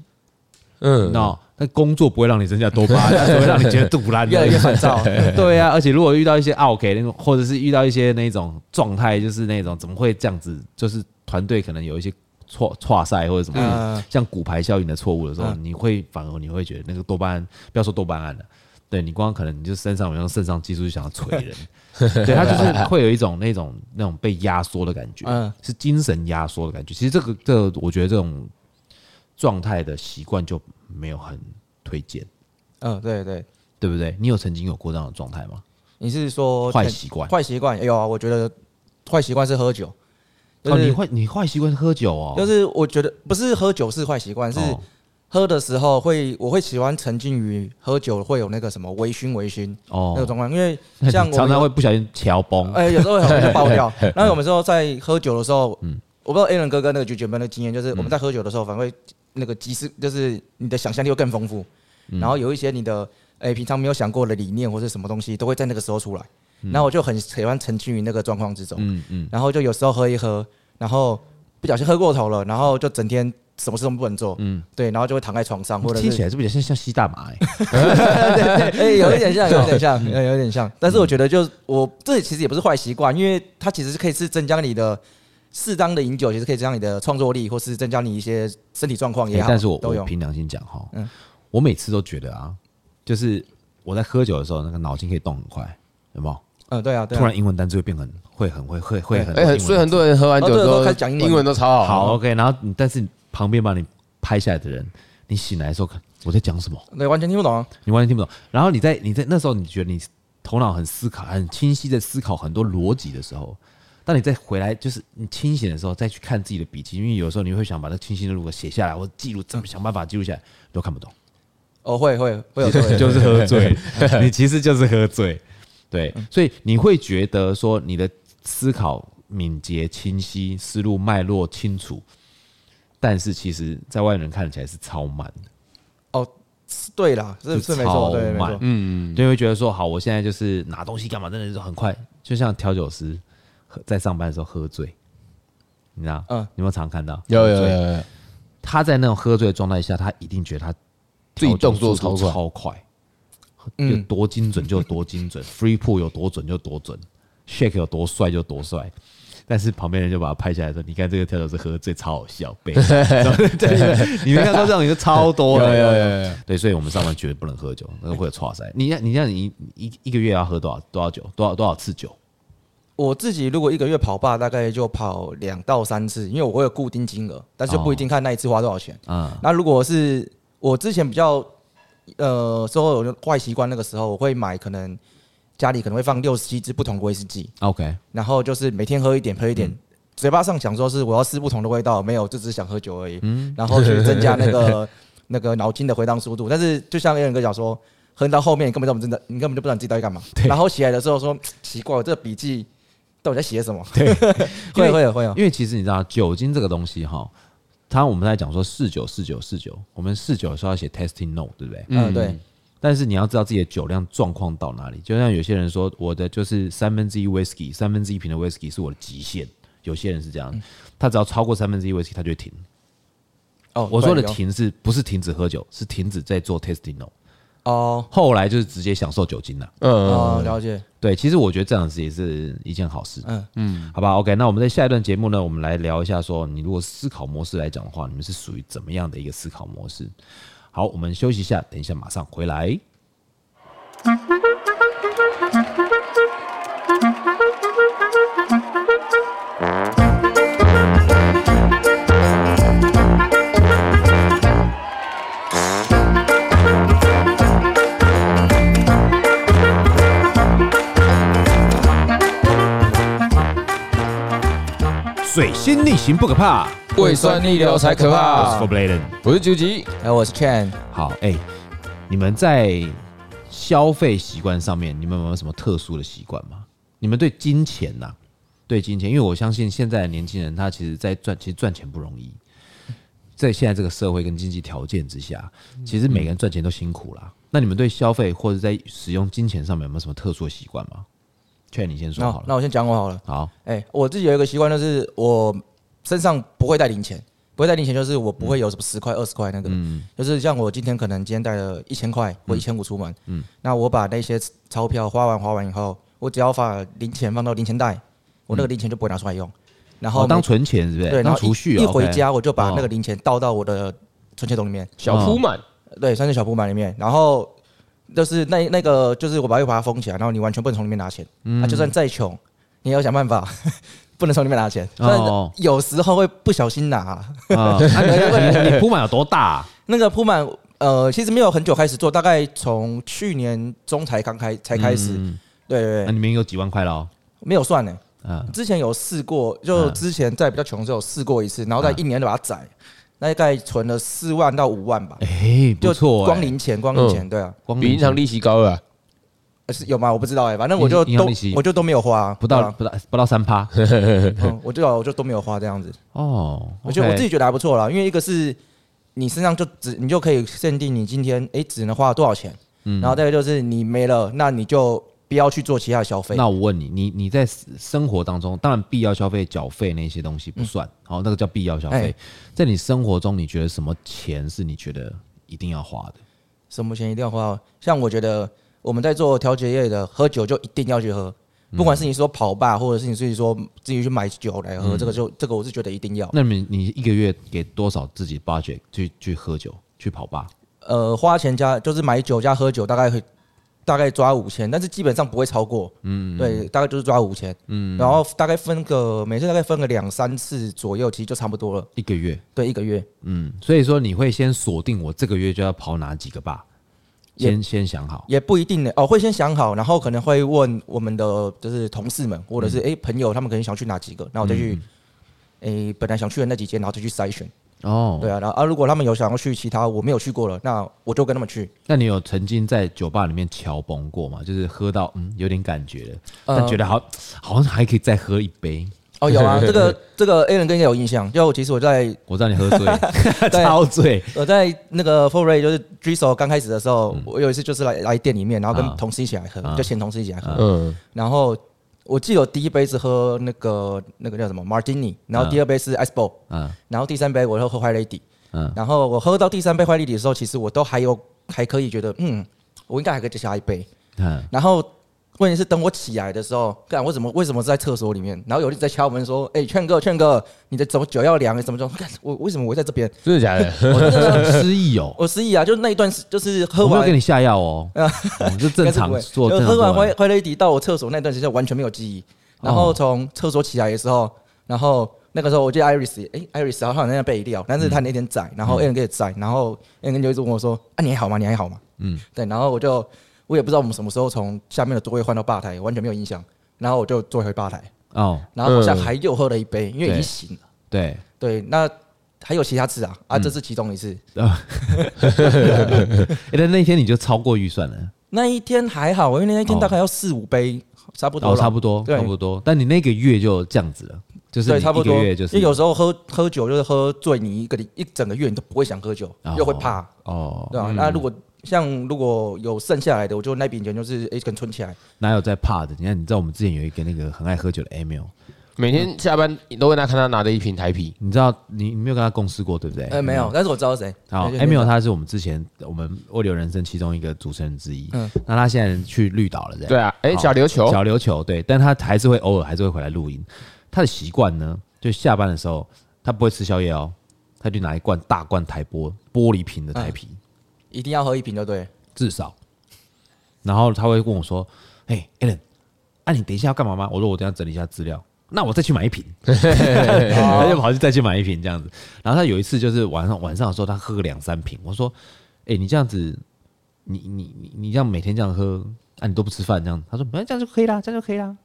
嗯，
那但工作不会让你增加多巴
<laughs>
胺，它只会让你觉得堵烂，
越来越烦躁。
对啊，而且如果遇到一些 OK 那种，或者是遇到一些那种状态，就是那种怎么会这样子？就是团队可能有一些错错赛或者什么，
嗯
像骨牌效应的错误的时候，
嗯
你会反而你会觉得那个多巴胺，不要说多巴胺了。对你光可能你就身上有用肾上激素就想要捶人，
<laughs>
对他就是会有一种那种那种被压缩的感觉，
嗯
是精神压缩的感觉。其实这个这个我觉得这种状态的习惯就没有很推荐，
<laughs> 嗯，对对，
对不对？你有曾经有过这样的状态吗？
你是说
坏习惯，
坏习惯有啊？我觉得坏习惯是喝酒，就
哦，你
是
坏你坏习惯是喝酒哦，
就是我觉得不是喝酒是坏习惯，是
哦
喝的时候会我会喜欢沉浸于喝酒会有那个什么微醺微醺那个
<laughs> 哦，
状况，因为像我
常常
有
会不小心桥崩，
哎、有时候会很容易就爆
<laughs>
掉。然后有时候在喝酒的时候，
嗯
我不知道 a l a n 哥跟那个菊姐们的经验，就是我们在喝酒的时候，反而会那个即时，就是你的想象力会更丰富，
嗯
然后有一些你的哎、平常没有想过的理念或是什么东西，都会在那个时候出来。然后我就很喜欢沉浸于那个状况之中，
嗯嗯，
然后就有时候喝一喝，然后不小心喝过头了，然后就整天什么事都不能做，嗯，对，然后就会躺在床上或者
哦听
是 <laughs>
起来是不是有点像像吸大麻？哎，
哎、
<laughs>
有一点像，有一点像，
嗯
有有一点像。但是我觉得就，我这其实也不是坏习惯，因为它其实是可以是增加你的适当的饮酒，其实可以增加你的创作力，或是增加你一些身体状 <laughs> 况也
哎
好，
但是我
都
我
有。
凭良心讲哈
嗯，
我每次都觉得啊，就是我在喝酒的时候，那个脑筋可以动很快，有没有？
嗯，对啊，对
突
啊。
然英文单词会变很会很会会会很多英
哎，
文单字，
所以很多人喝完酒之
哦对
后
都开始讲英文
英文都超好，啊
好 OK，然后你但是旁边把你拍下来的人，你醒来的时候看我在讲什么，
对，完全听不懂啊。
你完全听不懂。然后你在你在那时候，你觉得你头脑很思考、很清晰的思考很多逻辑的时候，当你再回来，就是你清醒的时候，再去看自己的笔记，因为有时候你会想把那清晰的如果写下来，或记录，怎么想办法记录下来，都看不懂，
哦，会会会有这
<laughs>
个，
就是喝醉。 <laughs> 你其实就是喝醉，对，所以你会觉得说你的思考敏捷、清晰，思路脉络清楚。但是其实，在外人看起来是超慢的，
对啦，是
就是
没
超
错，对没
慢
错。
嗯，
就会觉得说，好，我现在就是拿东西干嘛，真的是很快，就像调酒师喝在上班的时候喝醉，你知道？嗯
嗯，
你有没有常看到？
有有
喝醉
有有，有
他在那种喝醉的状态下，他一定觉得他
自己动作
超
超快
超快，有
嗯，
多精准就有多精准，free pull 有多准就多准，shake 有多帅就多帅。但是旁边人就把他拍下来说：“你看这个调酒师喝醉，超好笑，背。” <laughs> 对，你没看到这种，你就超多
有
的。
有有有，
对，所以我们上班绝对不能喝酒，
哎
那个会有错塞。你看，你看，你一一个月要喝多少多少酒，多少多少次酒？
我自己如果一个月跑吧，大概就跑两到三次，因为我会有固定金额，但是就不一定看那一次花多少钱。
啊、
那如果是我之前比较呃时候有坏习惯，那个时候我会买可能家里可能会放六十七支不同的威士忌，
o k
然后就是每天喝一点喝一
嗯
点，嘴巴上讲说是我要试不同的味道，没有就只是想喝酒而已，
嗯
然后去增加那个
<laughs>
那个脑筋的回荡速度。但是就像 a a 哥讲说。喝到后面，你根本就不知道，你根本就不知道你自己到底干嘛。然后起来的时候说，嗯奇怪，我这个笔记到底在写什么？对，
因为嗯
<laughs> 会会有会有，
因为其实你知道，酒精这个东西哈，它我们在讲说试酒、试酒、试酒，我们试酒的时候要写 testing note，对不对？
嗯，对，
但是你要知道自己的酒量状况到哪里。就像有些人说，我的就是三分之一 whisky，三分之一瓶的 whisky 是我的极限。有些人是这
嗯
样，他只要超过三分之一 whisky，他就会停。
哦，
我说的
对有
停是不是停止喝酒，是停止在做 testing note。
哦
后来就是直接享受酒精了。
嗯，
哦，了解，
对，其实我觉得这样子也是一件好事。
嗯
嗯，好吧，OK，那我们在下一段节目呢，我们来聊一下说，你如果思考模式来讲的话，你们是属于怎么样的一个思考模式？好，我们休息一下，等一下马上回来。
Thank you.
水星逆行不可怕，
胃酸逆流才可
我是
怕
For。Bladen。
我是九级，
哎，我是 Ken，
好，哎、你们在消费习惯上面，你们有没有什么特殊的习惯吗？你们对金钱呐、对金钱，因为我相信现在的年轻人，他其实在赚，其实赚钱不容易，在现在这个社会跟经济条件之下，其实每个人赚钱都辛苦啦。那你们对消费或者在使用金钱上面有没有什么特殊的习惯吗？劝你先说
那
好了。
那我先讲我好了。
好，
哎、我自己有一个习惯，就是我身上不会带零钱，不会带零钱，就是我不会有什么十块、二十块那个，
嗯
就是像我今天可能今天带了一千块或一千五出门，
嗯
那我把那些钞票花完花完以后，我只要把零钱放到零钱袋，我那个零钱就不会拿出来用，然
嗯
后
哦
每、
当存钱是不是？
对，然
当
后一
储蓄啊
一回
OK
家我就把
哦
那个零钱倒到我的存钱筒里面，
小铺满，
对，算是小铺满里面，然后就是那那个就是我把又把它封起来，然后你完全不能从里面拿钱，
嗯
啊，就算再穷，你也要想办法， <laughs> 不能从里面拿钱。虽然
哦
有时候会不小心拿、
啊，那你你铺满有多大啊、
那个铺满，呃，其实没有很久开始做，大概从去年中才刚开才开始，
嗯
对 <laughs> 对
那
对，
你们有几万块了、哦？
没有算呢。
嗯，
之前有试过，就
嗯
之前在比较穷的时候有试过一次，然后在
嗯
一年就把它宰，大概存了四万到五万吧，
哎、不
就
错、欸，
光零钱，光零钱，对啊。
光
比银行利息高了啊。
呃是有吗？我不知道哎、反正我就
银行
都
利息
我就都没有花，
不到
对啊
不到不到三
<laughs>
趴
嗯，我就我就都没有花这样子，
哦。
我觉得我
OK
自己觉得还不错啦，因为一个是你身上就只你就可以限定你今天诶只能花多少钱，
嗯
然后再一个就是你没了，那你就不要去做其他的消费。
那我问你，你你在生活当中，当然必要消费、缴费那些东西不算，好、那个叫必要消费
嗯哎。
在你生活中，你觉得什么钱是你觉得一定要花的？
什么钱一定要花？哦像我觉得我们在做调节业的，喝酒就一定要去喝，
嗯
不管是你说跑吧，或者是你自己说自己去买酒来喝，
嗯
这个就这个我是觉得一定要。
那你你一个月给多少自己 budget 去去喝酒、去跑吧？
呃，花钱加就是买酒加喝酒，大概会大概抓五千，但是基本上不会超过。嗯，对，大概就是抓五千。嗯，然后大概分个每次大概分个两三次左右，其实就差不多了。
一个月，
对，一个月
嗯，所以说你会先锁定我这个月就要跑哪几个吧，
也
先先想好。
也不一定的哦，会先想好，然后可能会问我们的就是同事们，或者是诶朋友，他们可能想去哪几个，然后我再去。诶、本来想去的那几间，然后再去筛选，
哦，
对啊，然后啊，如果他们有想要去其他我没有去过了，那我就跟他们去。
那你有曾经在酒吧里面乔崩过吗？就是喝到嗯有点感觉了，
呃
但觉得好好像还可以再喝一杯。
哦，有 <laughs> 啊，这个这个 A 人哥应该有印象，就其实我在
我知道你喝醉，
<laughs>
<laughs>
对
超醉，
我在那个 f o r a y 就是 Drizzle 刚开始的时候，我有一次就是来来店里面，然
嗯
后
啊
跟同事一起来喝，
啊
就前同事一起来喝。
嗯，
然后我记得我第一杯是喝那个那个叫什么 Martini，然后
啊
第二杯是 Ice Ball，
嗯
然后第三杯我又喝 White Lady。
嗯，
然后我喝到第三杯 White Lady 的时候，其实我都还有还可以觉得，嗯，我应该还可以再下一杯。 <laughs>
嗯，
然后问题是，等我起来的时候，干我怎么为什么是在厕所里面？然后有人在敲门说：“哎、劝哥，劝哥，你的怎么酒要凉？怎么怎么？干我为什么我会在这边？”
真的假的？ <laughs>
我真的失忆哦，
我失忆啊，就那一段时就是喝
我没有
完
给你下药
<laughs>
哦，我就正常做，正
就
常
喝
做
完
完哦
回。回了一滴到我厕所那段时间完全没有记忆，然后从厕所起来的时候，然后那个时候我记得 Iris，哎、Iris 好像在那被料，但是他那天在，然后 Aaron 哥也在，然后 Aaron 哥就一直问我说：“啊，你还好吗？你还好吗？”嗯，对，然后我就我也不知道我们什么时候从下面的座位换到吧台，完全没有印象，然后我就坐回吧台，
哦，
然后好像还又喝了一杯，因为已
对
经醒了。
对，
对，那还有其他次啊，啊，这是其中一次。
诶欸但那天你就超过预算了，
那一天还好，因为那一天大概要四五杯，差不多
哦，
了，
差不多，
对
差不多。但你那个月就这样子了，就是
对，
你
差不
一个
多。
月就
因为有
是
时候喝喝酒就是喝醉，你一个礼一整个月你都不会想喝酒，
哦
又会怕，
哦，
对吧、那如果像如果有剩下来的，我就那笔钱就是诶，跟存起来。
哪有在怕的？你看，你知道我们之前有一个那个很爱喝酒的 Emil，
每天下班都会拿看他拿的一瓶台啤，
你知道你你没有跟他共事过，对不对？
呃，没有，但是我知道是谁。哎
好哎
对
，Emil 他是我们之前我们欧流人生其中一个主持人之一。
嗯
那他现在去绿岛了，对不
对啊哎
嗯好
小琉球
小琉球，对，但他还是会偶尔还是会回来录音。他的习惯呢，就下班的时候他不会吃宵夜哦，他就拿一罐大罐台玻玻璃瓶的台啤，
一定要喝一瓶就对了。
至少。然后他会问我说：“哎、a l a n 啊，你等一下要干嘛吗？”我说：“我等一下整理一下资料。”那我再去买一
<laughs>
瓶，
哦
他就跑去再去买一瓶这样子。然后他有一次就是晚上晚上的时候，他喝个两三瓶。我说：“哎、你这样子，你你你你这
<laughs>
样每天这样喝，啊，你都不吃饭这样？”他说：“没有，这样就可以啦，这样就可以啦。”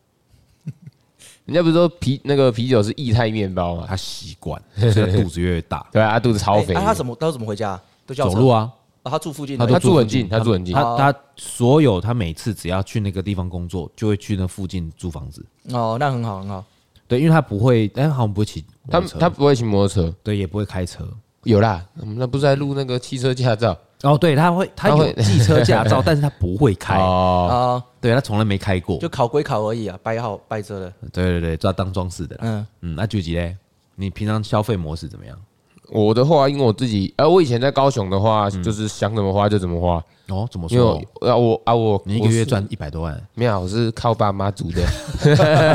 人家不是说啤那个啤酒是液态面包嘛，。
他习惯，所以他肚子越来越大
对啊，他肚子超
哎
肥
啊
的，
他怎么他怎么回家？都叫
走路
啊？
啊，
他住附近
他
而已，
都住很
附近
近，他住很近
他，
哦
他所有他每次只要去那个地方工作，就会去那附近租房子。
哦，那很好很好。
对，因为他不会，但好像不会骑摩
他
托车，
他不会骑摩托车，
对也不会开车。
有啦，我们那不是在录那个汽车驾照
哦，对，他会，他有
他会
汽车 <laughs> 驾照，但是他不会开，
哦，
啊，
对他从来没开过。
就考归考而已啊，掰好掰折了。
对对对，抓当装饰的啦。
嗯，
嗯，那九级嘞？你平常消费模式怎么样？
我的话，因为我自己，呃，我以前在高雄的话，
嗯
就是想怎么花就怎么花，
哦，怎么
因为
说？
我啊我啊我
你一个月
我是
赚一百多万，
没有，我是靠爸妈煮的，
<laughs>
<laughs>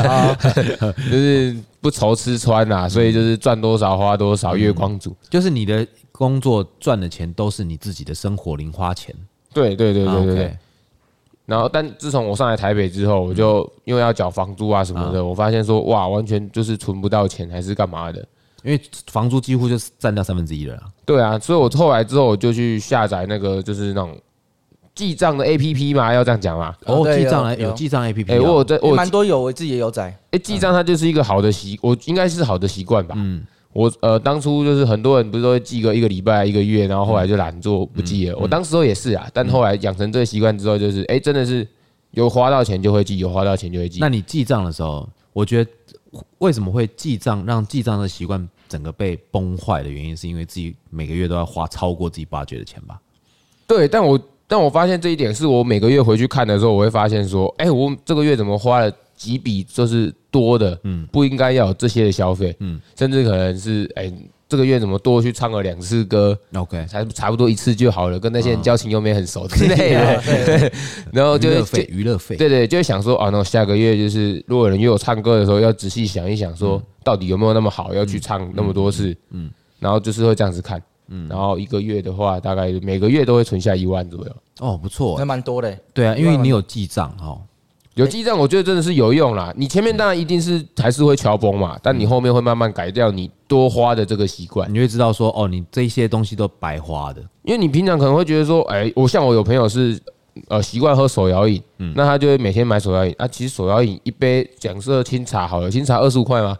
就是不愁吃穿
嗯
啦，所以就是赚多少花多少，月光族。
就是你的工作赚的钱都是你自己的生活零花钱。
对对对
啊
对对
OK
对。然后，但自从我上来台北之后，我就
嗯
因为要缴房租啊什么的，我发现说哇，完全就是存不到钱，还是干嘛的。
因为房租几乎就是占掉三分之一了啦。
对啊，所以我后来之后我就去下载那个就是那种记账的 A P P 嘛，要这样讲嘛。
哦，
对
记账来
有
有记账 A P 啊 P，
哎、我有在我有
蛮多有，我自己也有载。
哎、记账它就是一个好的习，我应该是好的习惯吧。嗯，我呃，当初就是很多人不是都会记个一个礼拜、一个月，然后后来就懒做不记了。我当时候也是啊，但后来养成这个习惯之后，就是哎、真的是有花到钱就会记，有花到钱就会记。
那你记账的时候，我觉得为什么会记账，让记账的习惯整个被崩坏的原因，是因为自己每个月都要花超过自己八 u 的钱吧？
对，但我但我发现这一点是我每个月回去看的时候，我会发现说，哎、我这个月怎么花了几笔就是多的，嗯，不应该要有这些的消费，嗯，甚至可能是哎、这个月怎么多去唱了两次歌，
OK，
才差不多一次就好了，跟那些人交情又没很熟之类
啊
的，
<laughs> 对，
<laughs> 然后
娱
就
乐
会
费，
就
娱乐费，
对对，就会想说啊，那我下个月就是如果有人约我唱歌的时候，要仔细想一想，说到底有没有那么好，要去唱那么多次，嗯，然后就是会这样子看，嗯，然后一个月的话，大概每个月都会存下一万左右，
哦，不错
还
欸，
蛮多的。
对啊，因为你有记账哦，
有记账，我觉得真的是有用啦。你前面当然一定是还是会乔崩嘛，但你后面会慢慢改掉你多花的这个习惯。
你会知道说，哦，你这些东西都白花的，
嗯因为你平常可能会觉得说，哎、我像我有朋友是呃习惯喝手摇饮，那他就会每天买手摇饮啊。其实手摇饮一杯，假设清茶好了，清茶二十五块吗？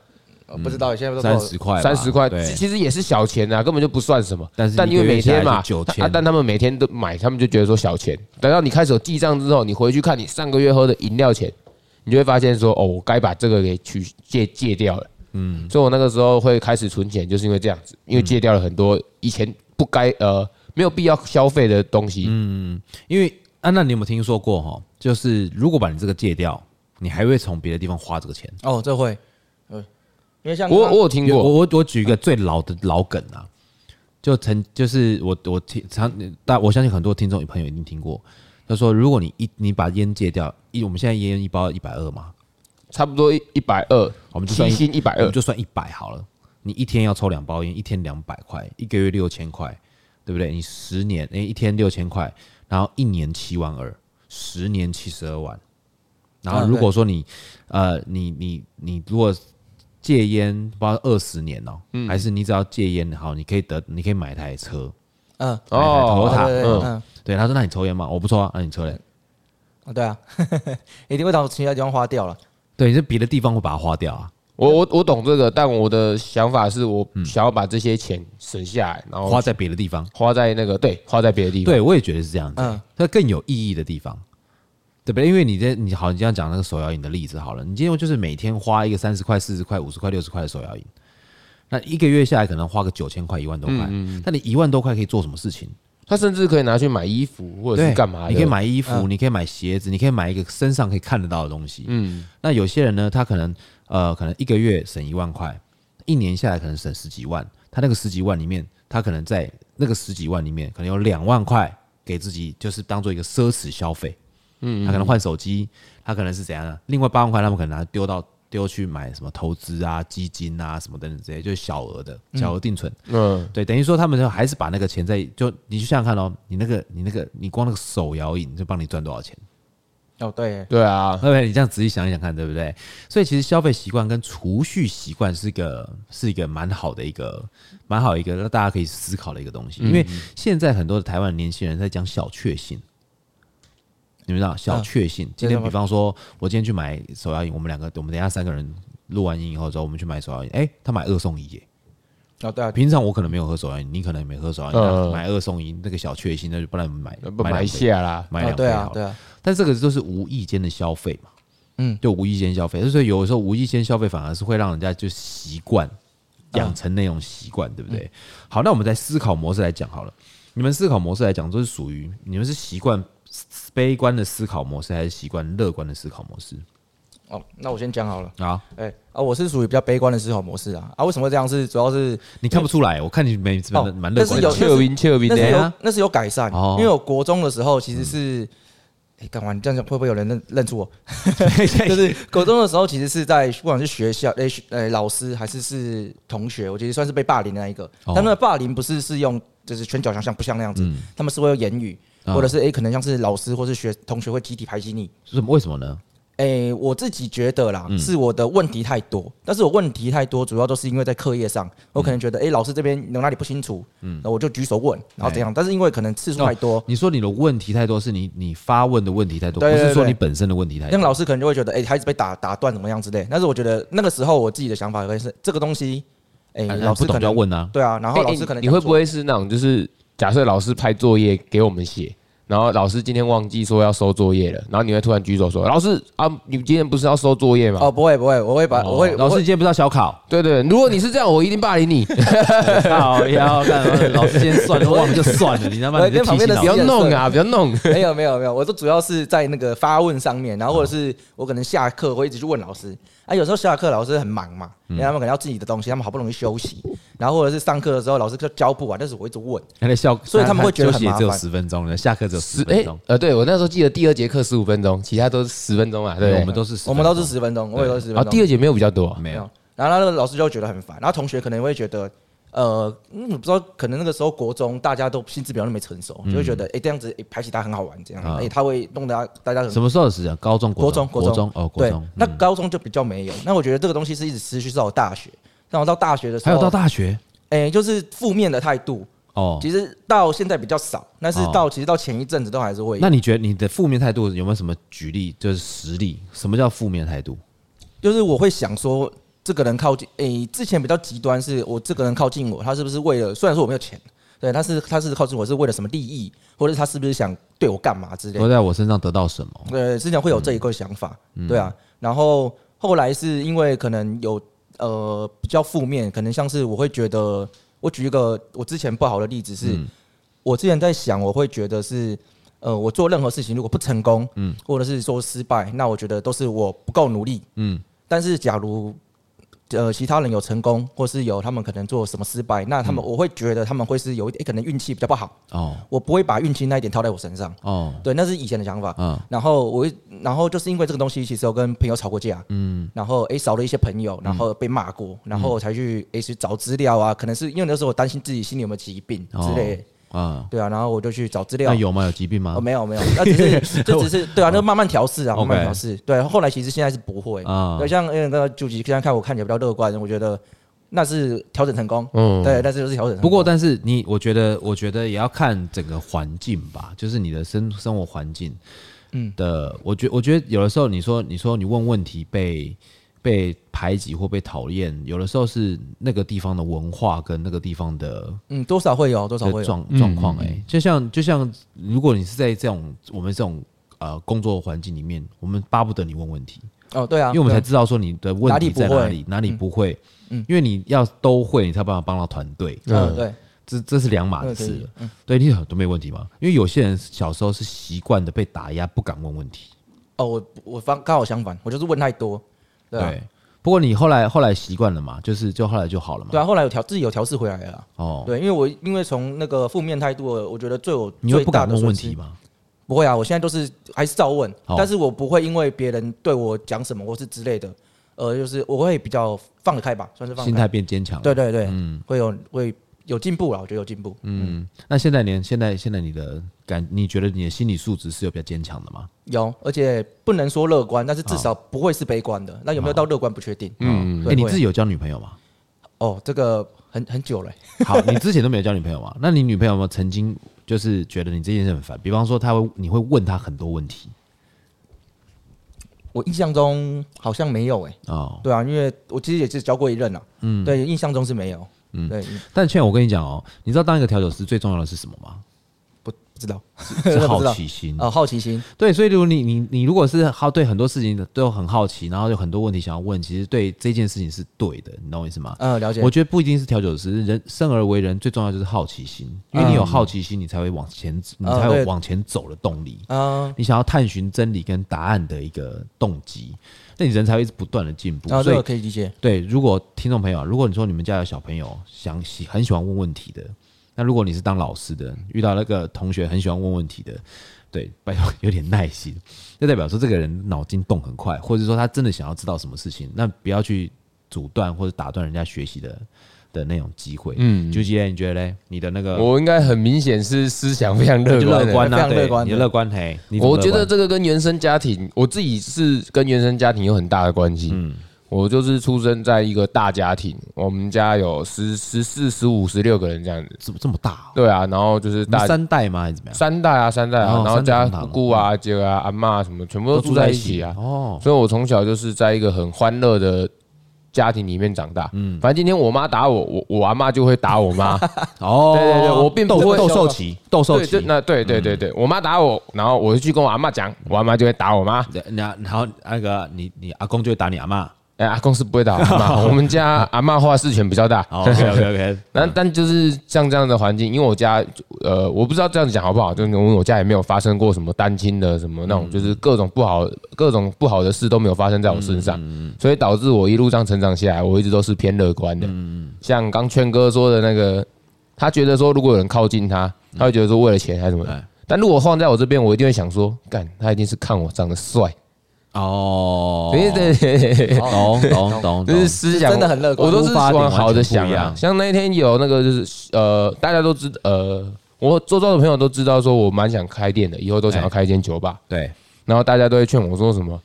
呃不知道现在都
三十块吧，
三十块，
对
其，其实也是小钱啊，根本就不算什么。
但是
但
一
因
个
为
月
每
下来
天
就
嘛，
9000
啊，但他们每天都买，他们就觉得说小钱。等到你开始有记账之后，你回去看你上个月喝的饮料钱，你就会发现说，哦，我该把这个给取戒戒掉了。嗯，所以我那个时候会开始存钱，就是因为这样子，因为戒掉了很
嗯
多以前不该呃没有必要消费的东西。
嗯因为啊，那你有没有听说过哈？就是如果把你这个戒掉，你还会从别的地方花这个钱。
哦，这会，嗯，因为像
我我有听
有
过，
我我我举一个最老的老梗啊，就曾就是我我听常大我相信很多听众朋友一定听过，他说如果你一你把烟戒掉，一我们现在烟一包一百二嘛，
差不多一一百二，
我们就算
七
一
星一百
我
二
们，就算一百好了，你一天要抽两包烟，一天两百块，一个月六千块，对不对？你十年诶、一天六千块，然后一年七万二，十年七十二万。然后
啊
如果说你、呃你你你如果戒烟，不知道二十年哦、还是你只要戒烟好，你可以得你可以买一台车，
嗯，
买一台
哦
对
Toyota
对对
嗯
嗯，
对，他说那你抽烟吗？我不抽啊，那你抽嘞？
啊对啊， <laughs> 一定会到其他地方花掉了。
对，你是别的地方会把它花掉啊，
我我我懂这个，但我的想法是我想要把这些钱省下来，然
嗯
后
花在别的地方。
花在那个对，花在别的地方。
对，我也觉得是这样子、
嗯
它更有意义的地方，对不对？因为你这你好，你这样讲那个手摇饮的例子好了，你今天就是每天花一个三十块、四十块、五十块、六十块的手摇饮，那一个月下来可能花个九千块、一万多
嗯
块，那你一万多块可以做什么事情？
他甚至可以拿去买衣服或者
对，
是干嘛的？嗯
你可以买衣服，你可以买鞋子，你可以买一个身上可以看得到的东西。嗯，那有些人呢，他可能呃，可能一个月省一万块，一年下来可能省十几万。他那个十几万里面，他可能在那个十几万里面，可能有两万块给自己，就是当做一个奢侈消费。嗯，他可能换手机，他可能是怎样呢？啊另外八万块，他们可能拿丢到丢去买什么投资啊、基金啊什么等等这些，就是小额的小额定存。
嗯，
对，等于说他们就还是把那个钱在就你去想想看哦，你那个你那个你光那个手摇椅你就帮你赚多少钱，
哦，对，
对啊
对，不对？你这样仔细想一想看，对不对？所以其实消费习惯跟储蓄习惯是一个是一个蛮好的一个蛮好一个让大家可以思考的一个东西，因
嗯
为现在很多的台湾年轻人在讲小确幸。你们知道小确幸，今天
嗯对
比方说，我今天去买手摇饮，我们两个，我们等一下三个人录完音以后之后，我们去买手摇饮，哎、他买二送一耶。
哦，对啊，
平常我可能没有喝手摇饮，你可能也没喝手摇饮，
嗯
那买二送一那个小确幸，那就不然我们买
不买一
两杯
下啦，
买
哦
两
对
杯
啊
好，了。
对啊，
但这个就是无意间的消费嘛，
嗯，
就无意间消费，所以有的时候无意间消费反而是会让人家就习惯，养成那种习惯，对不对？好，那我们在思考模式来讲好了，你们思考模式来讲，都是属于你们是习惯悲观的思考模式，还是习惯乐观的思考模式
哦，那我先讲好了。
啊？
哎、啊，我是属于比较悲观的思考模式啊。啊，为什么会这样是？主要是
你看不出来，我看你每次蛮
哦
蛮乐观
但是
的
有
俏兵俏兵
那
的
是
对
有
啊
那是有改善，
哦嗯
因为我国中的时候其实是，哎、干完你这样讲会不会有人认认出我？
<laughs>
就是国中的时候其实是在不管是学校，哎、学哎老师还是是同学，我其实算是被霸凌的那一个。
哦
他们的霸凌不是是用就是拳脚相向不像那样子，
嗯
他们是会用言语，
啊
或者是哎、可能像是老师或是学同学会集体排挤你。
是什么？为什么呢？
哎、我自己觉得啦，是我的问题太多，但是我问题太多，主要都是因为在课业上，我可能觉得，哎、老师这边有哪里不清楚，嗯，那我就举手问，然后这样，但是因为可能
哦
次数太多，
你说你的问题太多，是你你发问的问题太多，
对对
不是说
对
你本身的问题太
那
多。
个老师可能就会觉得，哎、孩子被打打断怎么样之类，但是我觉得那个时候我自己的想法可能是这个东西，哎、
哎
老师
不懂就
可能
要问啊。
对啊，然后
哎
老
你
师可能、
你会不？会是那种就是假设老师派作业给我们写，然后老师今天忘记说要收作业了，然后你会突然举手说：“老师啊，你今天不是要收作业吗？”
哦，不会不会，我会把、我会
老
我
师
会
今天不知道小
<laughs>
考，
对对，如果你是这样，我一定霸
<laughs>
凌你，
好要看老师今天算了忘了就算了，你他妈
我
你就
跟旁
提
边
醒
的
老
不要
师。
弄啊，不要弄。
<laughs> 没有没有没有，我说主要是在那个发问上面，然后或者是我可能下课会一直去问老师啊，有时候下课老师很忙嘛，因为他们可能要自己的东西，他们好不容易休息，然后或者是上课的时候老师就教不完，但是我一直问，
他的笑，
所以他们会觉得
休
很
息也
麻
只有
烦
十分钟了，下课只有十
十哎
分钟。
呃，对我那时候记得第二节课十五分钟，其他都是十分钟啊，对不
对，
对？
我们都是10
我们都是
分啊
十分钟，我也都是十
然后
分钟，
啊第二节没有比较多
钟，没
没有
有，，
然后那个老师就觉得很烦，然后同学可能会觉得。呃，嗯，不知道，可能那个时候国中大家都心智比较没成熟，就会觉得，哎、这样子、诶排挤他很好玩，这样，哎、
啊
他会弄得大家很
什么时候的时间？啊高中、
国
中、
中，
国中哦，国
对
中，。
那
嗯
高中就比较没有。那我觉得这个东西是一直持续到我大学，那我到大学的时
还
候，
有到，大学
哎，就是负面的态度，
哦。
其实到现在比较少，但是
哦
到其实到前一阵子都还是会有
那，你觉得你的负面态度有没有什么举例？就是实例，什么叫负面态度？
就是我会想说。这个人靠近，诶、之前比较极端，是我这个人靠近我，他是不是为了？虽然说我没有钱，对，他是他是靠近我是为了什么利益，或者他是不是想对我干嘛之类的
都？在我身上得到什么？
对，呃之前会有这一个想法，对啊。然后后来是因为可能有呃比较负面，可能像是我会觉得，我举一个我之前不好的例子是，我之前在想，我会觉得是呃我做任何事情如果不成功，嗯，或者是说失败，那我觉得都是我不够努力，嗯。但是假如呃，其他人有成功，或是有他们可能做什么失败，那他们、我会觉得他们会是有一点、诶可能运气比较不好，
哦
我不会把运气那一点套在我身上。
哦，
对，那是以前的想法。
嗯
然后我一，然后就是因为这个东西，其实我跟朋友吵过架，嗯，然后诶少了一些朋
嗯
友，然后被骂过，然后才去诶去找资料啊，可能是因为那时候我担心自己心里有没有疾病
哦
之类的，
啊，
对啊，然后我就去找资料
那。有吗？有疾病吗
哦，？没有没有，那只
<laughs>
是这只是对啊，那慢慢调试啊，慢慢调试。对，后来其实现在是不会
啊
对，像因为那个九级现在看我看起来比较乐观，我觉得那是调整成功，
嗯
对，但是就是调整成功。
不过，但是你，我觉得，我觉得也要看整个环境吧，就是你的生生活环境，嗯
嗯
的，我觉我觉得有的时候，你说你说你问问题被被排挤或被讨厌，有的时候是那个地方的文化跟那个地方的
嗯，多少会有，多少
的
会有，嗯
状状况，哎，就像就像如果你是在这种我们这种呃工作环境里面，我们巴不得你问问题，
哦，对啊，
因为我们
对
才
啊
知道说你的问
哪
题
里不
在哪
会嗯
里，哪里不会，因为你要都会，你才有办法帮到团队，啊
嗯对，
这这是两码
嗯
子
对
事
对
了。对你很都没问题嘛？因为有些人小时候是习惯的被打压，不敢问问题。
哦，我我方刚好相反，我就是问太多，对啊
对，不过你后来后来习惯了嘛，就是就后来就好了嘛。
对啊，后来有调自己有调试回来了啦。
哦，
对，因为我因为从那个负面态度，我觉得最有
你会
最
不
大
敢
的
问
损
问
失
题？吗？
不会啊，我现在都是还是照问，
哦
但是我不会因为别人对我讲什么或是之类的，呃，就是我会比较放得开吧，算是放
心
得
态
开。
变坚强。
对，对对，会有会有进步啦，我觉得有进步。
嗯。那现在连现在现在你的感，你觉得你的心理素质是有比较坚强的吗？
有，而且不能说乐观，但是至少不会是悲观的。那有没有到乐观不确定。嗯，
哦嗯。
对
哎，你
会
自己有交女朋友吗？
哦，这个很很久了
<laughs>
欸。
好，你之前都没有交女朋友嘛？那你女朋友有没有曾经就是觉得你这件事很烦？比方说，她会你会问她很多问题，
我印象中好像没有哎、
哦。
对啊，因为我其实也是教过一任啊，嗯，对，印象中是没有，嗯，对，
但倩，我跟你讲哦，你知道当一个调酒师最重要的是什么
<laughs>
吗？
不不知道，
是
<laughs> 不
好
知道
奇心。
呃，好奇心，
对，所以如果你你你如果是好对很多事情都很好奇，然后有很多问题想要问，其实对这件事情是对的，你懂我意思吗？
呃，了解
我，觉得不一定是调酒师，人生而为人最重要就是好奇心，因为你有好奇心，你才会往前，你
啊
才
对
有往前走的动力。
嗯，
你想要探寻真理跟答案的一个动机，那你人才会一直不断的进步。
哦
然后
所以
这个可以理解，
对，如果听众朋友啊，如果你说你们家有小朋友想喜很喜欢问问题的，那如果你是当老师的，遇到那个同学很喜欢问问题的，对，拜托有点耐心，那代表说这个人脑筋动很快，或者说他真的想要知道什么事情，那不要去阻断或者打断人家学习的的那种机会。嗯，就杰，你觉得嘞？你的那个
我应该很明显是思想非常
你
乐
就乐
观的。
观
非
啊，
常乐
对，
观
你的乐观嘿，你怎么
我觉
乐
得
观
这个跟原生家庭，我自己是跟原生家庭有很大的关系。嗯，我就是出生在一个大家庭，我们家有十十四、十五、十六个人这样子。
怎么这么大哦、
对啊，然后就是
你们
大
三代吗？还是怎么样？
三代啊，三代啊
哦，
然后加
三代同堂嗯
姑姑啊、阿姐啊、阿妈什么，全部都住在一起啊。
哦，
所以我从小就是在一个很欢乐的家庭里面长大。嗯，反正今天我妈打我，我我阿妈就会打我妈。
哦，
对对对我并不
斗
会
斗兽棋，斗兽
对，
棋
就，那对对对对，我妈打我，然后我就去跟我阿妈讲，我阿妈就会打我妈。
然然然后那个你你阿公就会打你阿妈。
哎，阿公是不会打阿妈，我们家阿妈话事权比较大。 <laughs>
OK OK OK，
那但就是像这样的环境，因为我家呃，我不知道这样讲好不好，就是因为我家也没有发生过什么单亲的什么那种，
嗯
就是各种不好、各种不好的事都没有发生在我身
嗯
上，所以导致我一路这样成长下来，我一直都是偏乐观
嗯
的。像刚圈哥说的那个，他觉得说如果有人靠近他，他会觉得说为了钱还是什么的
嗯哎
但如果放在我这边，我一定会想说，干，他一定是看我长得帅。
哦，
对对对对对
<laughs> 懂
哦
懂懂
就
哦
是
懂，
思想
是真的很乐观
我都是往好的想
出发点完全不一
啊。
样
像那一天有那个就是呃，大家都知呃，我周遭的朋友都知道，说我蛮想开店的，以后都想要开一间酒吧。
对，
然后大家都会劝我说什么，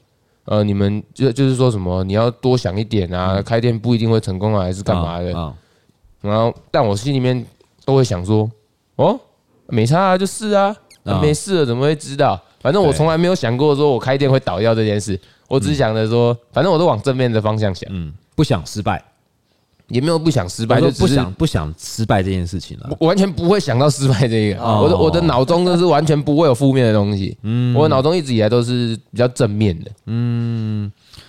呃，你们就就是说什么你要多想一点啊，开店不一定会成功啊，还是干嘛的。
嗯
然后，但我心里面都会想说，哦，没差啊，就是啊，
啊
没事了，怎么会知道？反正我
对
从来没有想过说我开店会倒掉这件事，我只是想着说，反正我都往正面的方向想，
嗯，不想失败，
也没有不想失败，
我
就
说
只
不
是
想不想失败这件事情了。
我完全不会想到失败这个，
哦
我的我的脑中就是完全不会有负面的东西，我的脑中一直以来都是比较正面的，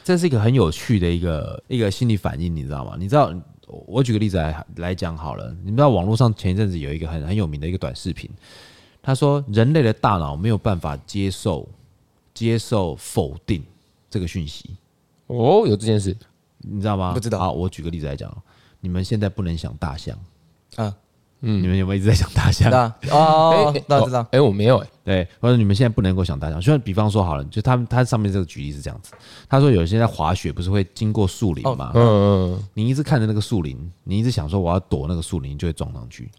这是一个很有趣的一个一个心理反应，你知道吗？你知道，我我举个例子来来讲好了。你知道网络上前一阵子有一个很很有名的一个短视频，他说人类的大脑没有办法接受接受否定这个讯息，
哦，有这件事，
你知道吗？
不知道
好，我举个例子来讲，你们现在不能想大象，
嗯，
嗯，你们有没有一直在想大
知
象？
道
<laughs>
哦，知道知道
哦，哎，我没有，哎，
对，或者你们现在不能够想大象。就像比方说好了，就他们他上面这个举例是这样子，他说有些人在滑雪不是会经过树林
哦
吗？
嗯嗯，嗯
你一直看着那个树林，你一直想说我要躲那个树林，你就会撞上去。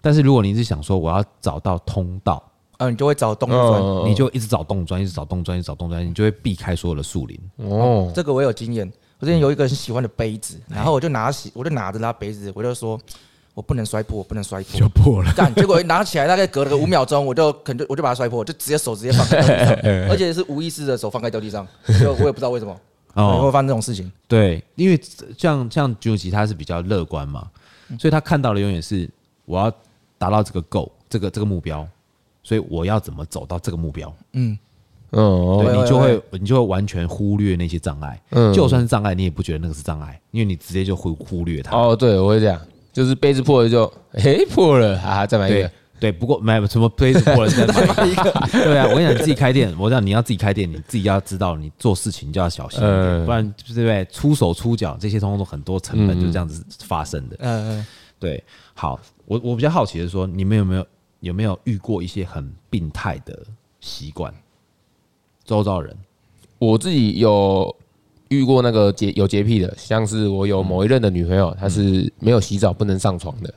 但是如果你一直想说我要找到通道，
嗯，你就会找动物
嗯
砖，
你就一直找洞砖，一直找洞砖，一直找洞砖，你就会避开所有的树林。
哦，
这个我有经验。我之前有一个很喜欢的杯子，
嗯
然后我就拿起，我就拿着那杯子，我就说，我不能摔破，我不能摔
<laughs>
破，
破了。
干，结果一拿起来大概隔了个五秒钟，我就可能就我就把它摔破，就直接手直接放在掉地
<laughs>
上，而且是无意识的手放在掉地上，就我也不知道为什么，对会
哦，
发生这种事情。
对，因为像像九吉他是比较乐观嘛，所以他看到的永远是我要达到这个 goal，这个这个目标，所以我要怎么走到这个目标，
嗯，
嗯哦，
对
会
你就
会
会你就会完全忽略那些障碍。
嗯
就算是障碍，你也不觉得那个是障碍，因为你直接就忽忽略它。
哦，对，我会这样，就是杯子破了就， <laughs> 嘿，破了，哈哈，再买一
对
个，
对，不过买什么杯子破了再 <laughs> 买一个。对啊，我跟你讲，你自己开店，我讲你要自己开店，你自己要知道，你做事情就要小心一点，
嗯
不然对不对？出手出脚这些通通都很多成本就这样子发生的。
呃，
对，好，我我比较好奇的是说，你们有没有有没有遇过一些很病态的习惯？周遭人
我自己有遇过那个洁有洁癖的，像是我有某一任的女朋友，她是没有洗澡不能上床的。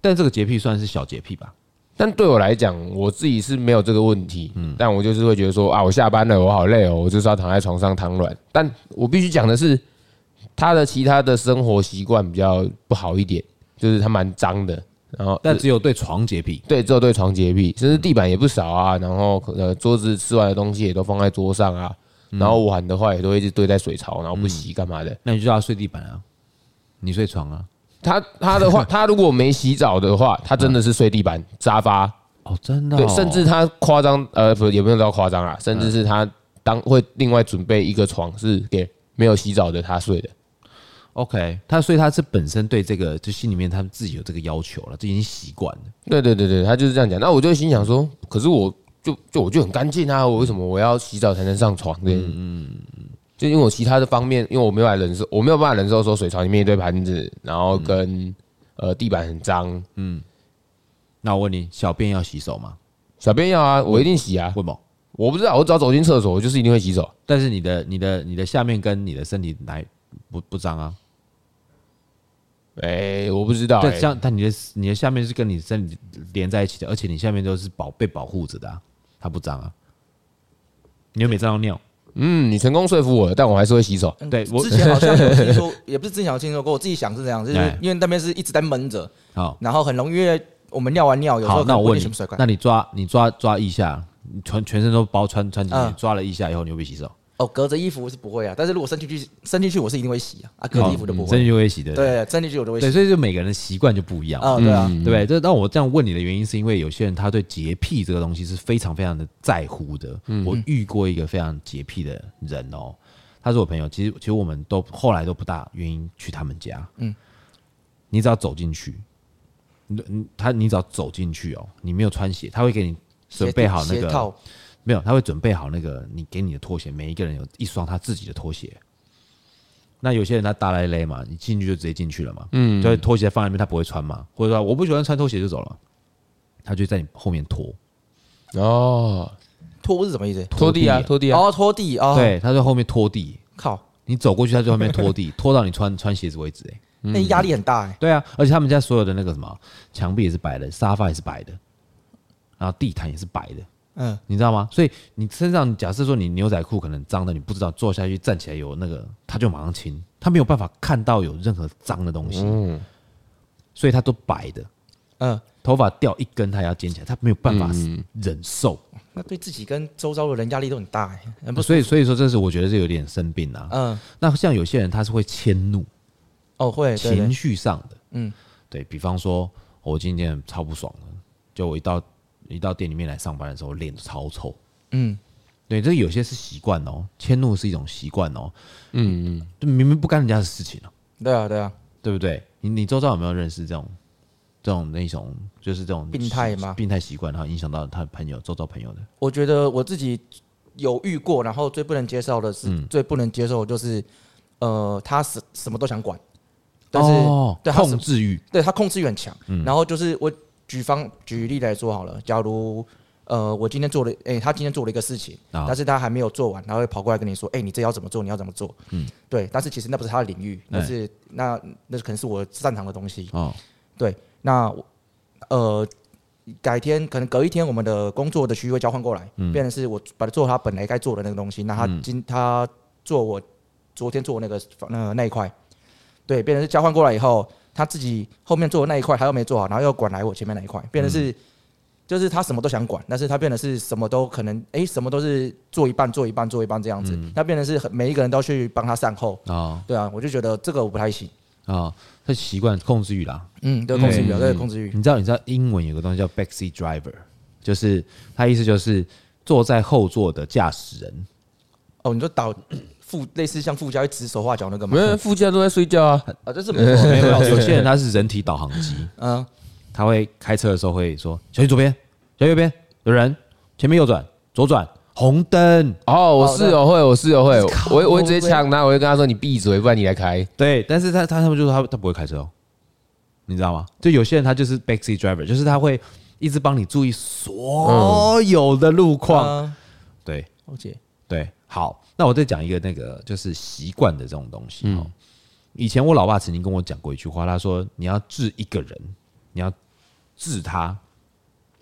但这个洁癖算是小洁癖吧？
但对我来讲，我自己是没有这个问题，嗯，但我就是会觉得说啊，我下班了，我好累哦，我就是要躺在床上躺软。但我必须讲的是，他的其他的生活习惯比较不好一点，就是他蛮脏的，然后
但只有对床洁癖。
对，只有对床洁癖，甚至地板也不少啊，然后呃桌子吃完的东西也都放在桌上啊，然后碗的话也都会一直堆在水槽，然后不洗干嘛的。
那你就叫他睡地板啊，你睡床啊。
他他的话，他如果没洗澡的话，他真的是睡地板、沙发，
哦，真的、哦，
对，甚至他夸张，呃，不，也没有到夸张啦，甚至是他当会另外准备一个床是给没有洗澡的他睡的。
OK，他所以他是本身对这个就心里面他自己有这个要求了，这已经习惯了。
对对对对，他就是这样讲。那我就心想说，可是我就就我就很干净啊，我为什么我要洗澡才能上床？对，嗯，就因为我其他的方面，因为我没有办法忍受，我没有办法忍受说水槽里面一堆盘子，然后跟、呃地板很脏，
那我问你，小便要洗手吗？
小便要啊，我一定洗啊，
会吗？
我不知道，我只要走进厕所，我就是一定会洗手。
但是你的、你的、你的下面跟你的身体哪一不不脏啊？
哎、我不知道、
对，
欸，
像但你的你的下面是跟你身体连在一起的，而且你下面都是保被保护着的、啊，它不脏啊。你又没脏到尿，
嗯，你成功说服我了，但我还是会洗手。
嗯
对我
之前好像有
<laughs>
听说，也不是之前有听说过，我自己想是这样，就是
哎
因为那边是一直在闷着，
好，
然后很容易，因为我们尿完尿，有时
好，
候
哦
可
那
能
我
不一
问
定全
你
部水，管。
那你抓你抓抓一下，你全全身都包穿穿进去，
嗯
抓了一下以后，你会不会洗手？
哦，隔着衣服是不会啊，但是如果伸进去，伸进去我是一定会洗
哦
啊，啊，隔着衣服就不
真
会。
的就会洗的。
对，伸进去我就会
对，嗯
洗。
所以就每个人的习惯就不一样。
啊，对啊，
对不对？这让我这样问你的原因，是因为有些人他对洁癖这个东西是非常非常的在乎的。
嗯
我遇过一个非常洁癖的人哦，他是我朋友。其实其实我们都后来都不大愿意去他们家。嗯，你只要走进去，你你他你只要走进去哦，你没有穿鞋，他会给你准备好那
鞋
个
套，
没有，他会准备好那个你给你的拖鞋，每一个人有一双他自己的拖鞋。那有些人他大咧咧嘛，你进去就直接进去了嘛，嗯，就是拖鞋放在那边他不会穿嘛，或者说我不喜欢穿拖鞋就走了，他就在你后面拖
哦，
拖是什么意思？
拖地啊，拖地啊，
哦，拖地哦，，
对，他在后面拖地，
靠，
你走过去他就在后面拖地，拖到你穿穿鞋子为止、欸，
那压力很大哎。
对啊，而且他们家所有的那个什么墙壁也是白的，沙发也是白的，然后地毯也是白的，
嗯，
你知道吗？所以你身上，假设说你牛仔裤可能脏的，你不知道，坐下去站起来有那个，他就马上清，他没有办法看到有任何脏的东西，所以他都白的，
嗯，
头发掉一根他也要捡起来，他没有办法忍受，
那对自己跟周遭的人压力都很大哎，很不
所以所以说这是我觉得是有点生病啊。
嗯，
那像有些人他是会迁怒，
哦会，对
情
对，
绪上的，
嗯，
对比方说，我今天超不爽的，就我一到一到店里面来上班的时候，脸都超臭，
嗯，
对，这有些是习惯哦，迁怒是一种习惯哦。嗯嗯，就明明不干人家的事情啊，
对啊对啊，
对不对？你你周遭有没有认识这种这种那种就是这种
病态吗
病态习惯，然后影响到他的朋友周遭朋友的，
我觉得我自己有遇过，然后最不能接受的是，
嗯
最不能接受的就是，呃，他什什么都想管，但是、
哦
对他
控
是
制欲，
对他控制欲很强。
嗯
然后就是我举方举例来说好了，假如呃我今天做了，哎、他今天做了一个事情，
啊
但是他还没有做完，他会跑过来跟你说，哎、你这要怎么做，你要怎么做，嗯，对，但是其实那不是他的领域，那
哎
是、那那可能是我擅长的东西，
哦，
对，那我呃，改天可能隔一天，我们的工作的区域会交换过来，变成是我把它做他本来该做的那个东西，那他今、他做我昨天做的那个呃那一块，对，变成是交换过来以后，他自己后面做的那一块他又没做好，然后又管来我前面那一块，变成是。就是他什么都想管，但是他变得是什么都可能，哎、什么都是做一半做一半做一半这样子，他变得是很每一个人都去帮他善后，
啊
对啊，我就觉得这个我不太行，
啊，他习惯控制欲啦。
嗯，对，控制欲，对，控制欲，
你知道你知道英文有个东西叫 backseat driver，就是他意思就是坐在后座的驾驶人，
哦，你说导副类似像副驾会指手画脚那个吗
没？有，副驾都在睡觉啊。
啊，这是没错，没
没
<laughs> 有，
有，有些人他是人体导航机，
嗯，
他会开车的时候会说：“小心左边，小心右边，有人，前面右转，左转，红灯。
哦，我室友会，我室友会，
靠
我我会直接抢他，我会跟他说你闭嘴，不然你来开。”
对，但是他他他们就说他他不会开车哦，你知道吗？就有些人他就是 backseat driver，就是他会一直帮你注意所有的路况。
嗯，
对
我姐，
对，好，那我再讲一个那个就是习惯的这种东西哦。以前我老爸曾经跟我讲过一句话，他说：“你要治一个人，你要治他，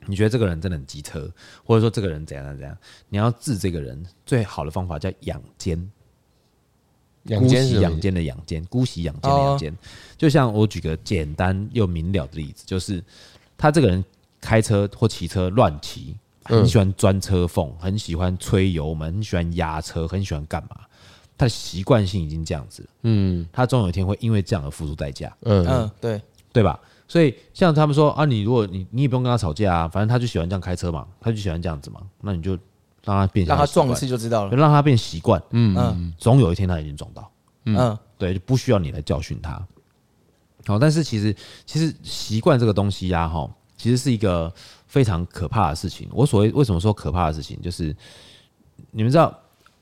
你觉得这个人真的很机车，或者说这个人怎样怎样，你要治这个人，最好的方法叫养奸，
养
姑
奸是
息
哦什么
养奸的养奸，姑息养奸的养奸。就像我举个简单又明了的例子，就是他这个人开车或骑车乱骑，很
嗯
喜欢钻车缝，很喜欢吹油门，很喜欢压车，很喜欢干嘛？他的习惯性已经这样子了，
嗯
他总有一天会因为这样而付出代价，
嗯
嗯，对，
对吧？所以像他们说啊，你如果你你也不用跟他吵架啊，反正他就喜欢这样开车嘛，他就喜欢这样子嘛，那你就让他变成
让他
的习惯
撞一次，就知道
就
了。
让他变习惯，
嗯
总有一天他已经撞到，
嗯
对，就不需要你来教训他。好，但是其实其实习惯这个东西呀、啊，哈，其实是一个非常可怕的事情。我所谓为什么说可怕的事情，就是你们知道，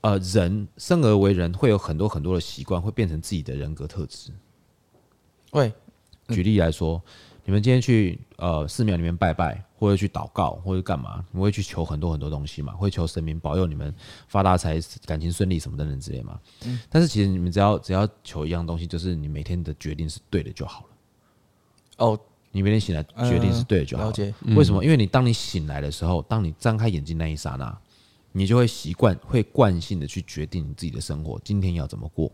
呃，人生而为人，会有很多很多的习惯，会变成自己的人格特质。
会，
举例来说，你们今天去呃寺庙里面拜拜，或者去祷告，或者干嘛，你们会去求很多很多东西嘛，会求神明保佑你们发大财、感情顺利什么等等之类嘛。但是其实你们只要只要求一样东西，就是你每天的决定是对的就好了。
哦，
你每天醒来决定是对的就好
哎了解。
为什么？因为你当你醒来的时候，当你张开眼睛那一刹那，你就会习惯、会惯性的去决定你自己的生活，今天要怎么过。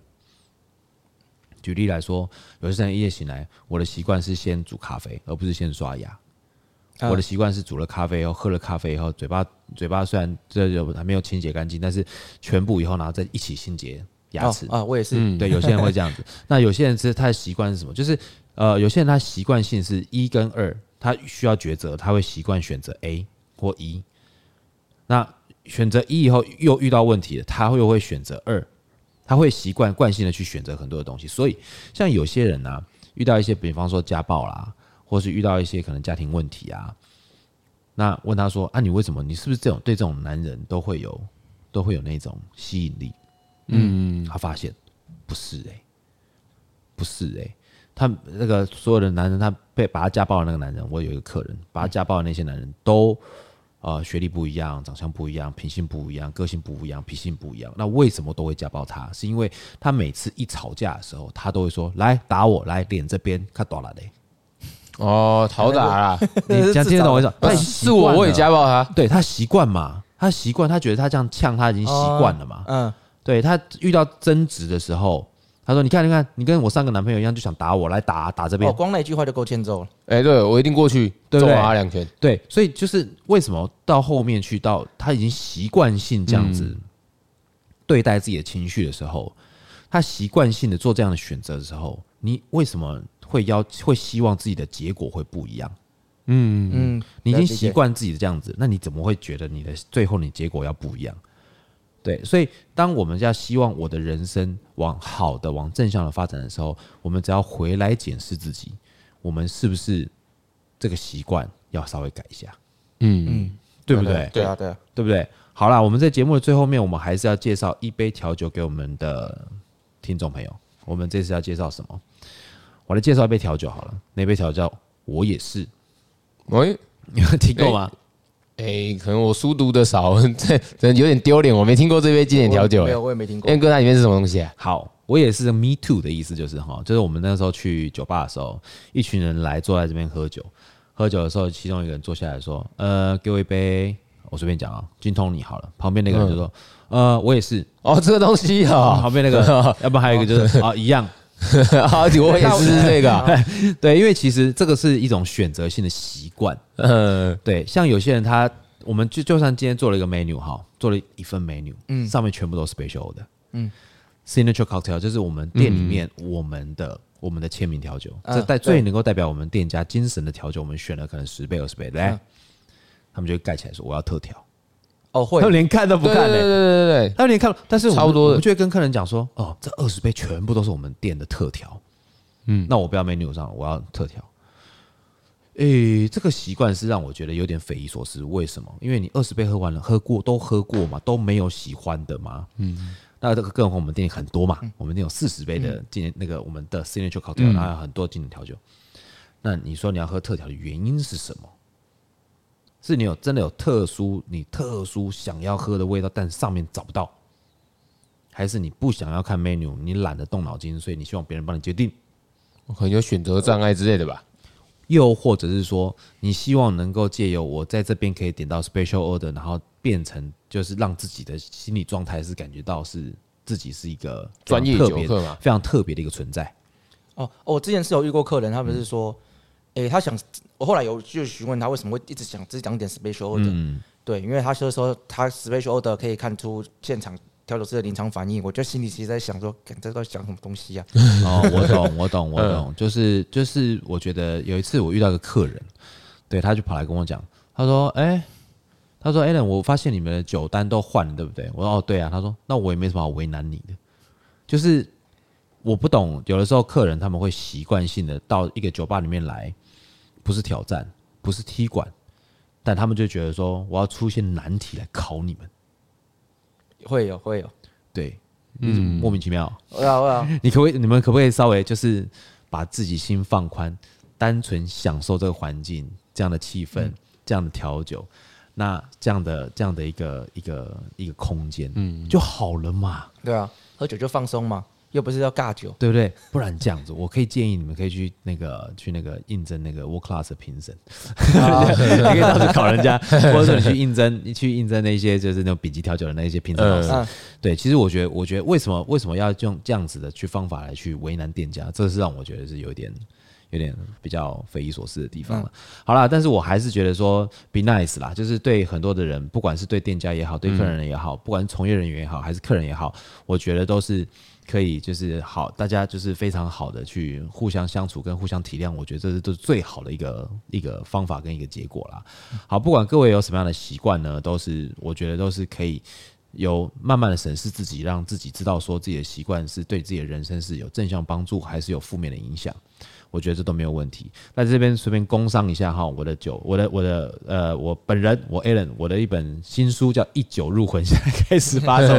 举例来说，有些人一夜醒来，我的习惯是先煮咖啡，而不是先刷牙。
嗯
我的习惯是煮了咖啡以后，喝了咖啡以后，嘴巴嘴巴虽然这有还没有清洁干净，但是全部以后，然后再一起清洁牙齿嗯
哦。啊，我也是，
对，有些人会这 <laughs> 样子。那有些人其实他的习惯是什么？就是呃，有些人他习惯性是一跟二，他需要抉择，他会习惯选择 A 或一、那选择 E 一以后又遇到问题了，他又会选择二，他会习惯惯性的去选择很多的东西。所以像有些人啊，遇到一些比方说家暴啦，或是遇到一些可能家庭问题啊，那问他说啊，你为什么？你是不是这种对这种男人都会有都会有那种吸引力？嗯，他发现不是哎、不是哎、他那个所有的男人，他被把他家暴的那个男人，我有一个客人，把他家暴的那些男人都，呃，学历不一样，长相不一样，品性不一样，个性不一样，脾性不一样。那为什么都会家暴他？是因为他每次一吵架的时候，他都会说：“来打我，来脸这边，看到 <laughs> 了嘞。
哦，讨打 <laughs> 啦，”
你这样听得懂我意思吗？他
那
已经习
是我
惯
我也
了，
家暴他，
对他习惯嘛，他习惯，他觉得他这样呛他已经习惯了嘛。
嗯，
对他遇到争执的时候，他说：“你看，你看，你跟我上个男朋友一样，就想打我，来打打这边。
哦，光那一句话就够欠揍了。
哎，对我一定过去
对不对
揍他两拳，
对，所以就是为什么到后面去到他已经习惯性这样子对待自己的情绪的时候，他习惯性的做这样的选择的时候，你为什么会要会希望自己的结果会不一样？
嗯，
你已
了
经
解
习惯自己的这样子，那你怎么会觉得你的最后你结果要不一样？对，所以当我们要希望我的人生往好的、往正向的发展的时候，我们只要回来检视自己，我们是不是这个习惯要稍微改一下，
嗯，
对不对？
对啊，对啊，
对不对？好啦，我们在节目的最后面，我们还是要介绍一杯调酒给我们的听众朋友。我们这次要介绍什么？我来介绍一杯调酒好了，那杯调酒叫我也是， <laughs>
喂，
你有听过吗？
哎，可能我书读的少， <laughs> 这这有点丢脸，我没听过这杯经典调酒，
我没
哎
有，，我也没听过
燕。哥它里面是什么东西啊？
好，我也是 me too 的意思，就是哈，就是我们那时候去酒吧的时候，一群人来坐在这边喝酒，喝酒的时候，其中一个人坐下来说，呃，给我一杯，我随便讲啊，金通你好了。旁边那个人就说，呃，我也是。
哦，这个东西 <laughs> 啊，
旁边那个，要不然还有一个就是啊，一样。
啊，我也是这个 <laughs> 啊，
对，因为其实这个是一种选择性的习惯。
嗯
对，像有些人他，我们就就算今天做了一个 menu 哈，做了一份 menu，嗯，上面全部都是 special 的，嗯，signature cocktail 就是我们店里面
嗯
我们的、我们的签名调酒，
嗯
啊
这代最
对
能够代表我们店家精神的调酒，我们选了可能十杯二十杯，
嗯
来，他们就会盖起来说我要特调，
哦，
他
会
们，连看都不
对
看
对
嘞、
对对对对，
他们连看，但是我们
差不多的
我们就会跟客人讲说，哦，这二十杯全部都是我们店的特调，嗯，那我不要 menu 上，我要特调。诶、这个习惯是让我觉得有点匪夷所思。为什么？因为你二十杯喝完了，喝过都喝过嘛，都没有喜欢的嘛。嗯，那这个更何况我们店很多嘛，
嗯
我们店有四十杯的今年那个我们的 signature cocktail，、然后还有很多经典调酒。那你说你要喝特调的原因是什么？是你有真的有特殊你特殊想要喝的味道，但上面找不到，还是你不想要看 menu，你懒得动脑筋，所以你希望别人帮你决定？
我可能有选择障碍之类的吧。
又或者是说，你希望能够借由我在这边可以点到 special order，然后变成就是让自己的心理状态是感觉到是自己是一个非常
专业
特别
酒客嘛
非常特别的一个存在。
哦，哦我之前是有遇过客人，他们是说，诶，他想，我后来有就询问他为什么会一直想只讲点 special 的，对，因为他就是说他 special order 可以看出现场调酒师的临场反应，我就心里其实在想说，干这都讲什么东西啊？ <laughs>
哦，我懂，我懂，我懂，就是就是，我觉得有一次我遇到一个客人，对，他就跑来跟我讲，他说：“哎、他说 a l a n 我发现你们的酒单都换了，对不对？”我说：“哦，对啊。”他说：“那我也没什么好为难你的，就是我不懂，有的时候客人他们会习惯性的到一个酒吧里面来，不是挑战，不是踢馆，但他们就觉得说我要出现难题来考你们，
会有会有，
对，嗯，莫名其妙。”
会啊会啊，
你可不可以？你们可不可以稍微就是把自己心放宽，单纯享受这个环境、这样的气氛、这样的调酒，那这样的这样的一个一个一个空间，嗯，就好了嘛，
对啊，喝酒就放松嘛，又不是要尬酒。
对不对？不然这样子，我可以建议你们可以去那个去那个应征那个 world class 的评审，你 <laughs> 可以到处考人家，或者说你去应征，你去应征那些就是那种丙级调酒的那些评审老师，
嗯，
对，其实我觉得，我觉得为什么为什么要用这样子的去方法来去为难店家，这是让我觉得是有点有点比较匪夷所思的地方了。好啦，但是我还是觉得说 be nice 啦，就是对很多的人，不管是对店家也好，对客人也好，不管是从业人员也好，还是客人也好，我觉得都是可以，就是好，大家就是非常好的去互相相处跟互相体谅，我觉得这是这是最好的一个一个方法跟一个结果啦。好，不管各位有什么样的习惯呢，都是我觉得都是可以有慢慢的审视自己，让自己知道说自己的习惯是对自己的人生是有正向帮助，还是有负面的影响。我觉得这都没有问题。那这边随便工商一下哈，我的酒，我的我的呃，我本人我 Alan，我的一本新书叫《一酒入魂》，现在开始发售，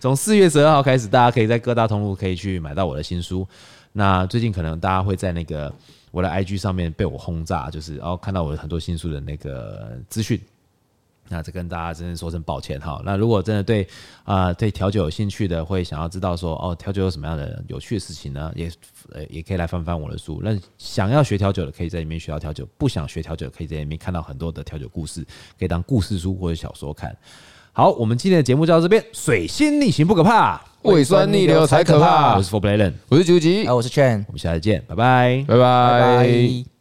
从四月十二号开始，大家可以在各大通路可以去买到我的新书。那最近可能大家会在那个我的 IG 上面被我轰炸，就是然后、看到我很多新书的那个资讯。那这跟大家真的说声抱歉哈。那如果真的对啊、呃对调酒有兴趣的，会想要知道说哦调酒有什么样的有趣的事情呢？也呃也可以来翻翻我的书。那想要学调酒的，可以在里面学到调酒；不想学调酒，可以在里面看到很多的调酒故事，可以当故事书或者小说看。好，我们今天的节目就到这边。水星逆行不可怕，
胃酸逆流才可怕
我。是 For Bladen，
我是九吉
哎，，我是啊 Chen，
我们下次见，拜拜。
拜拜
拜拜。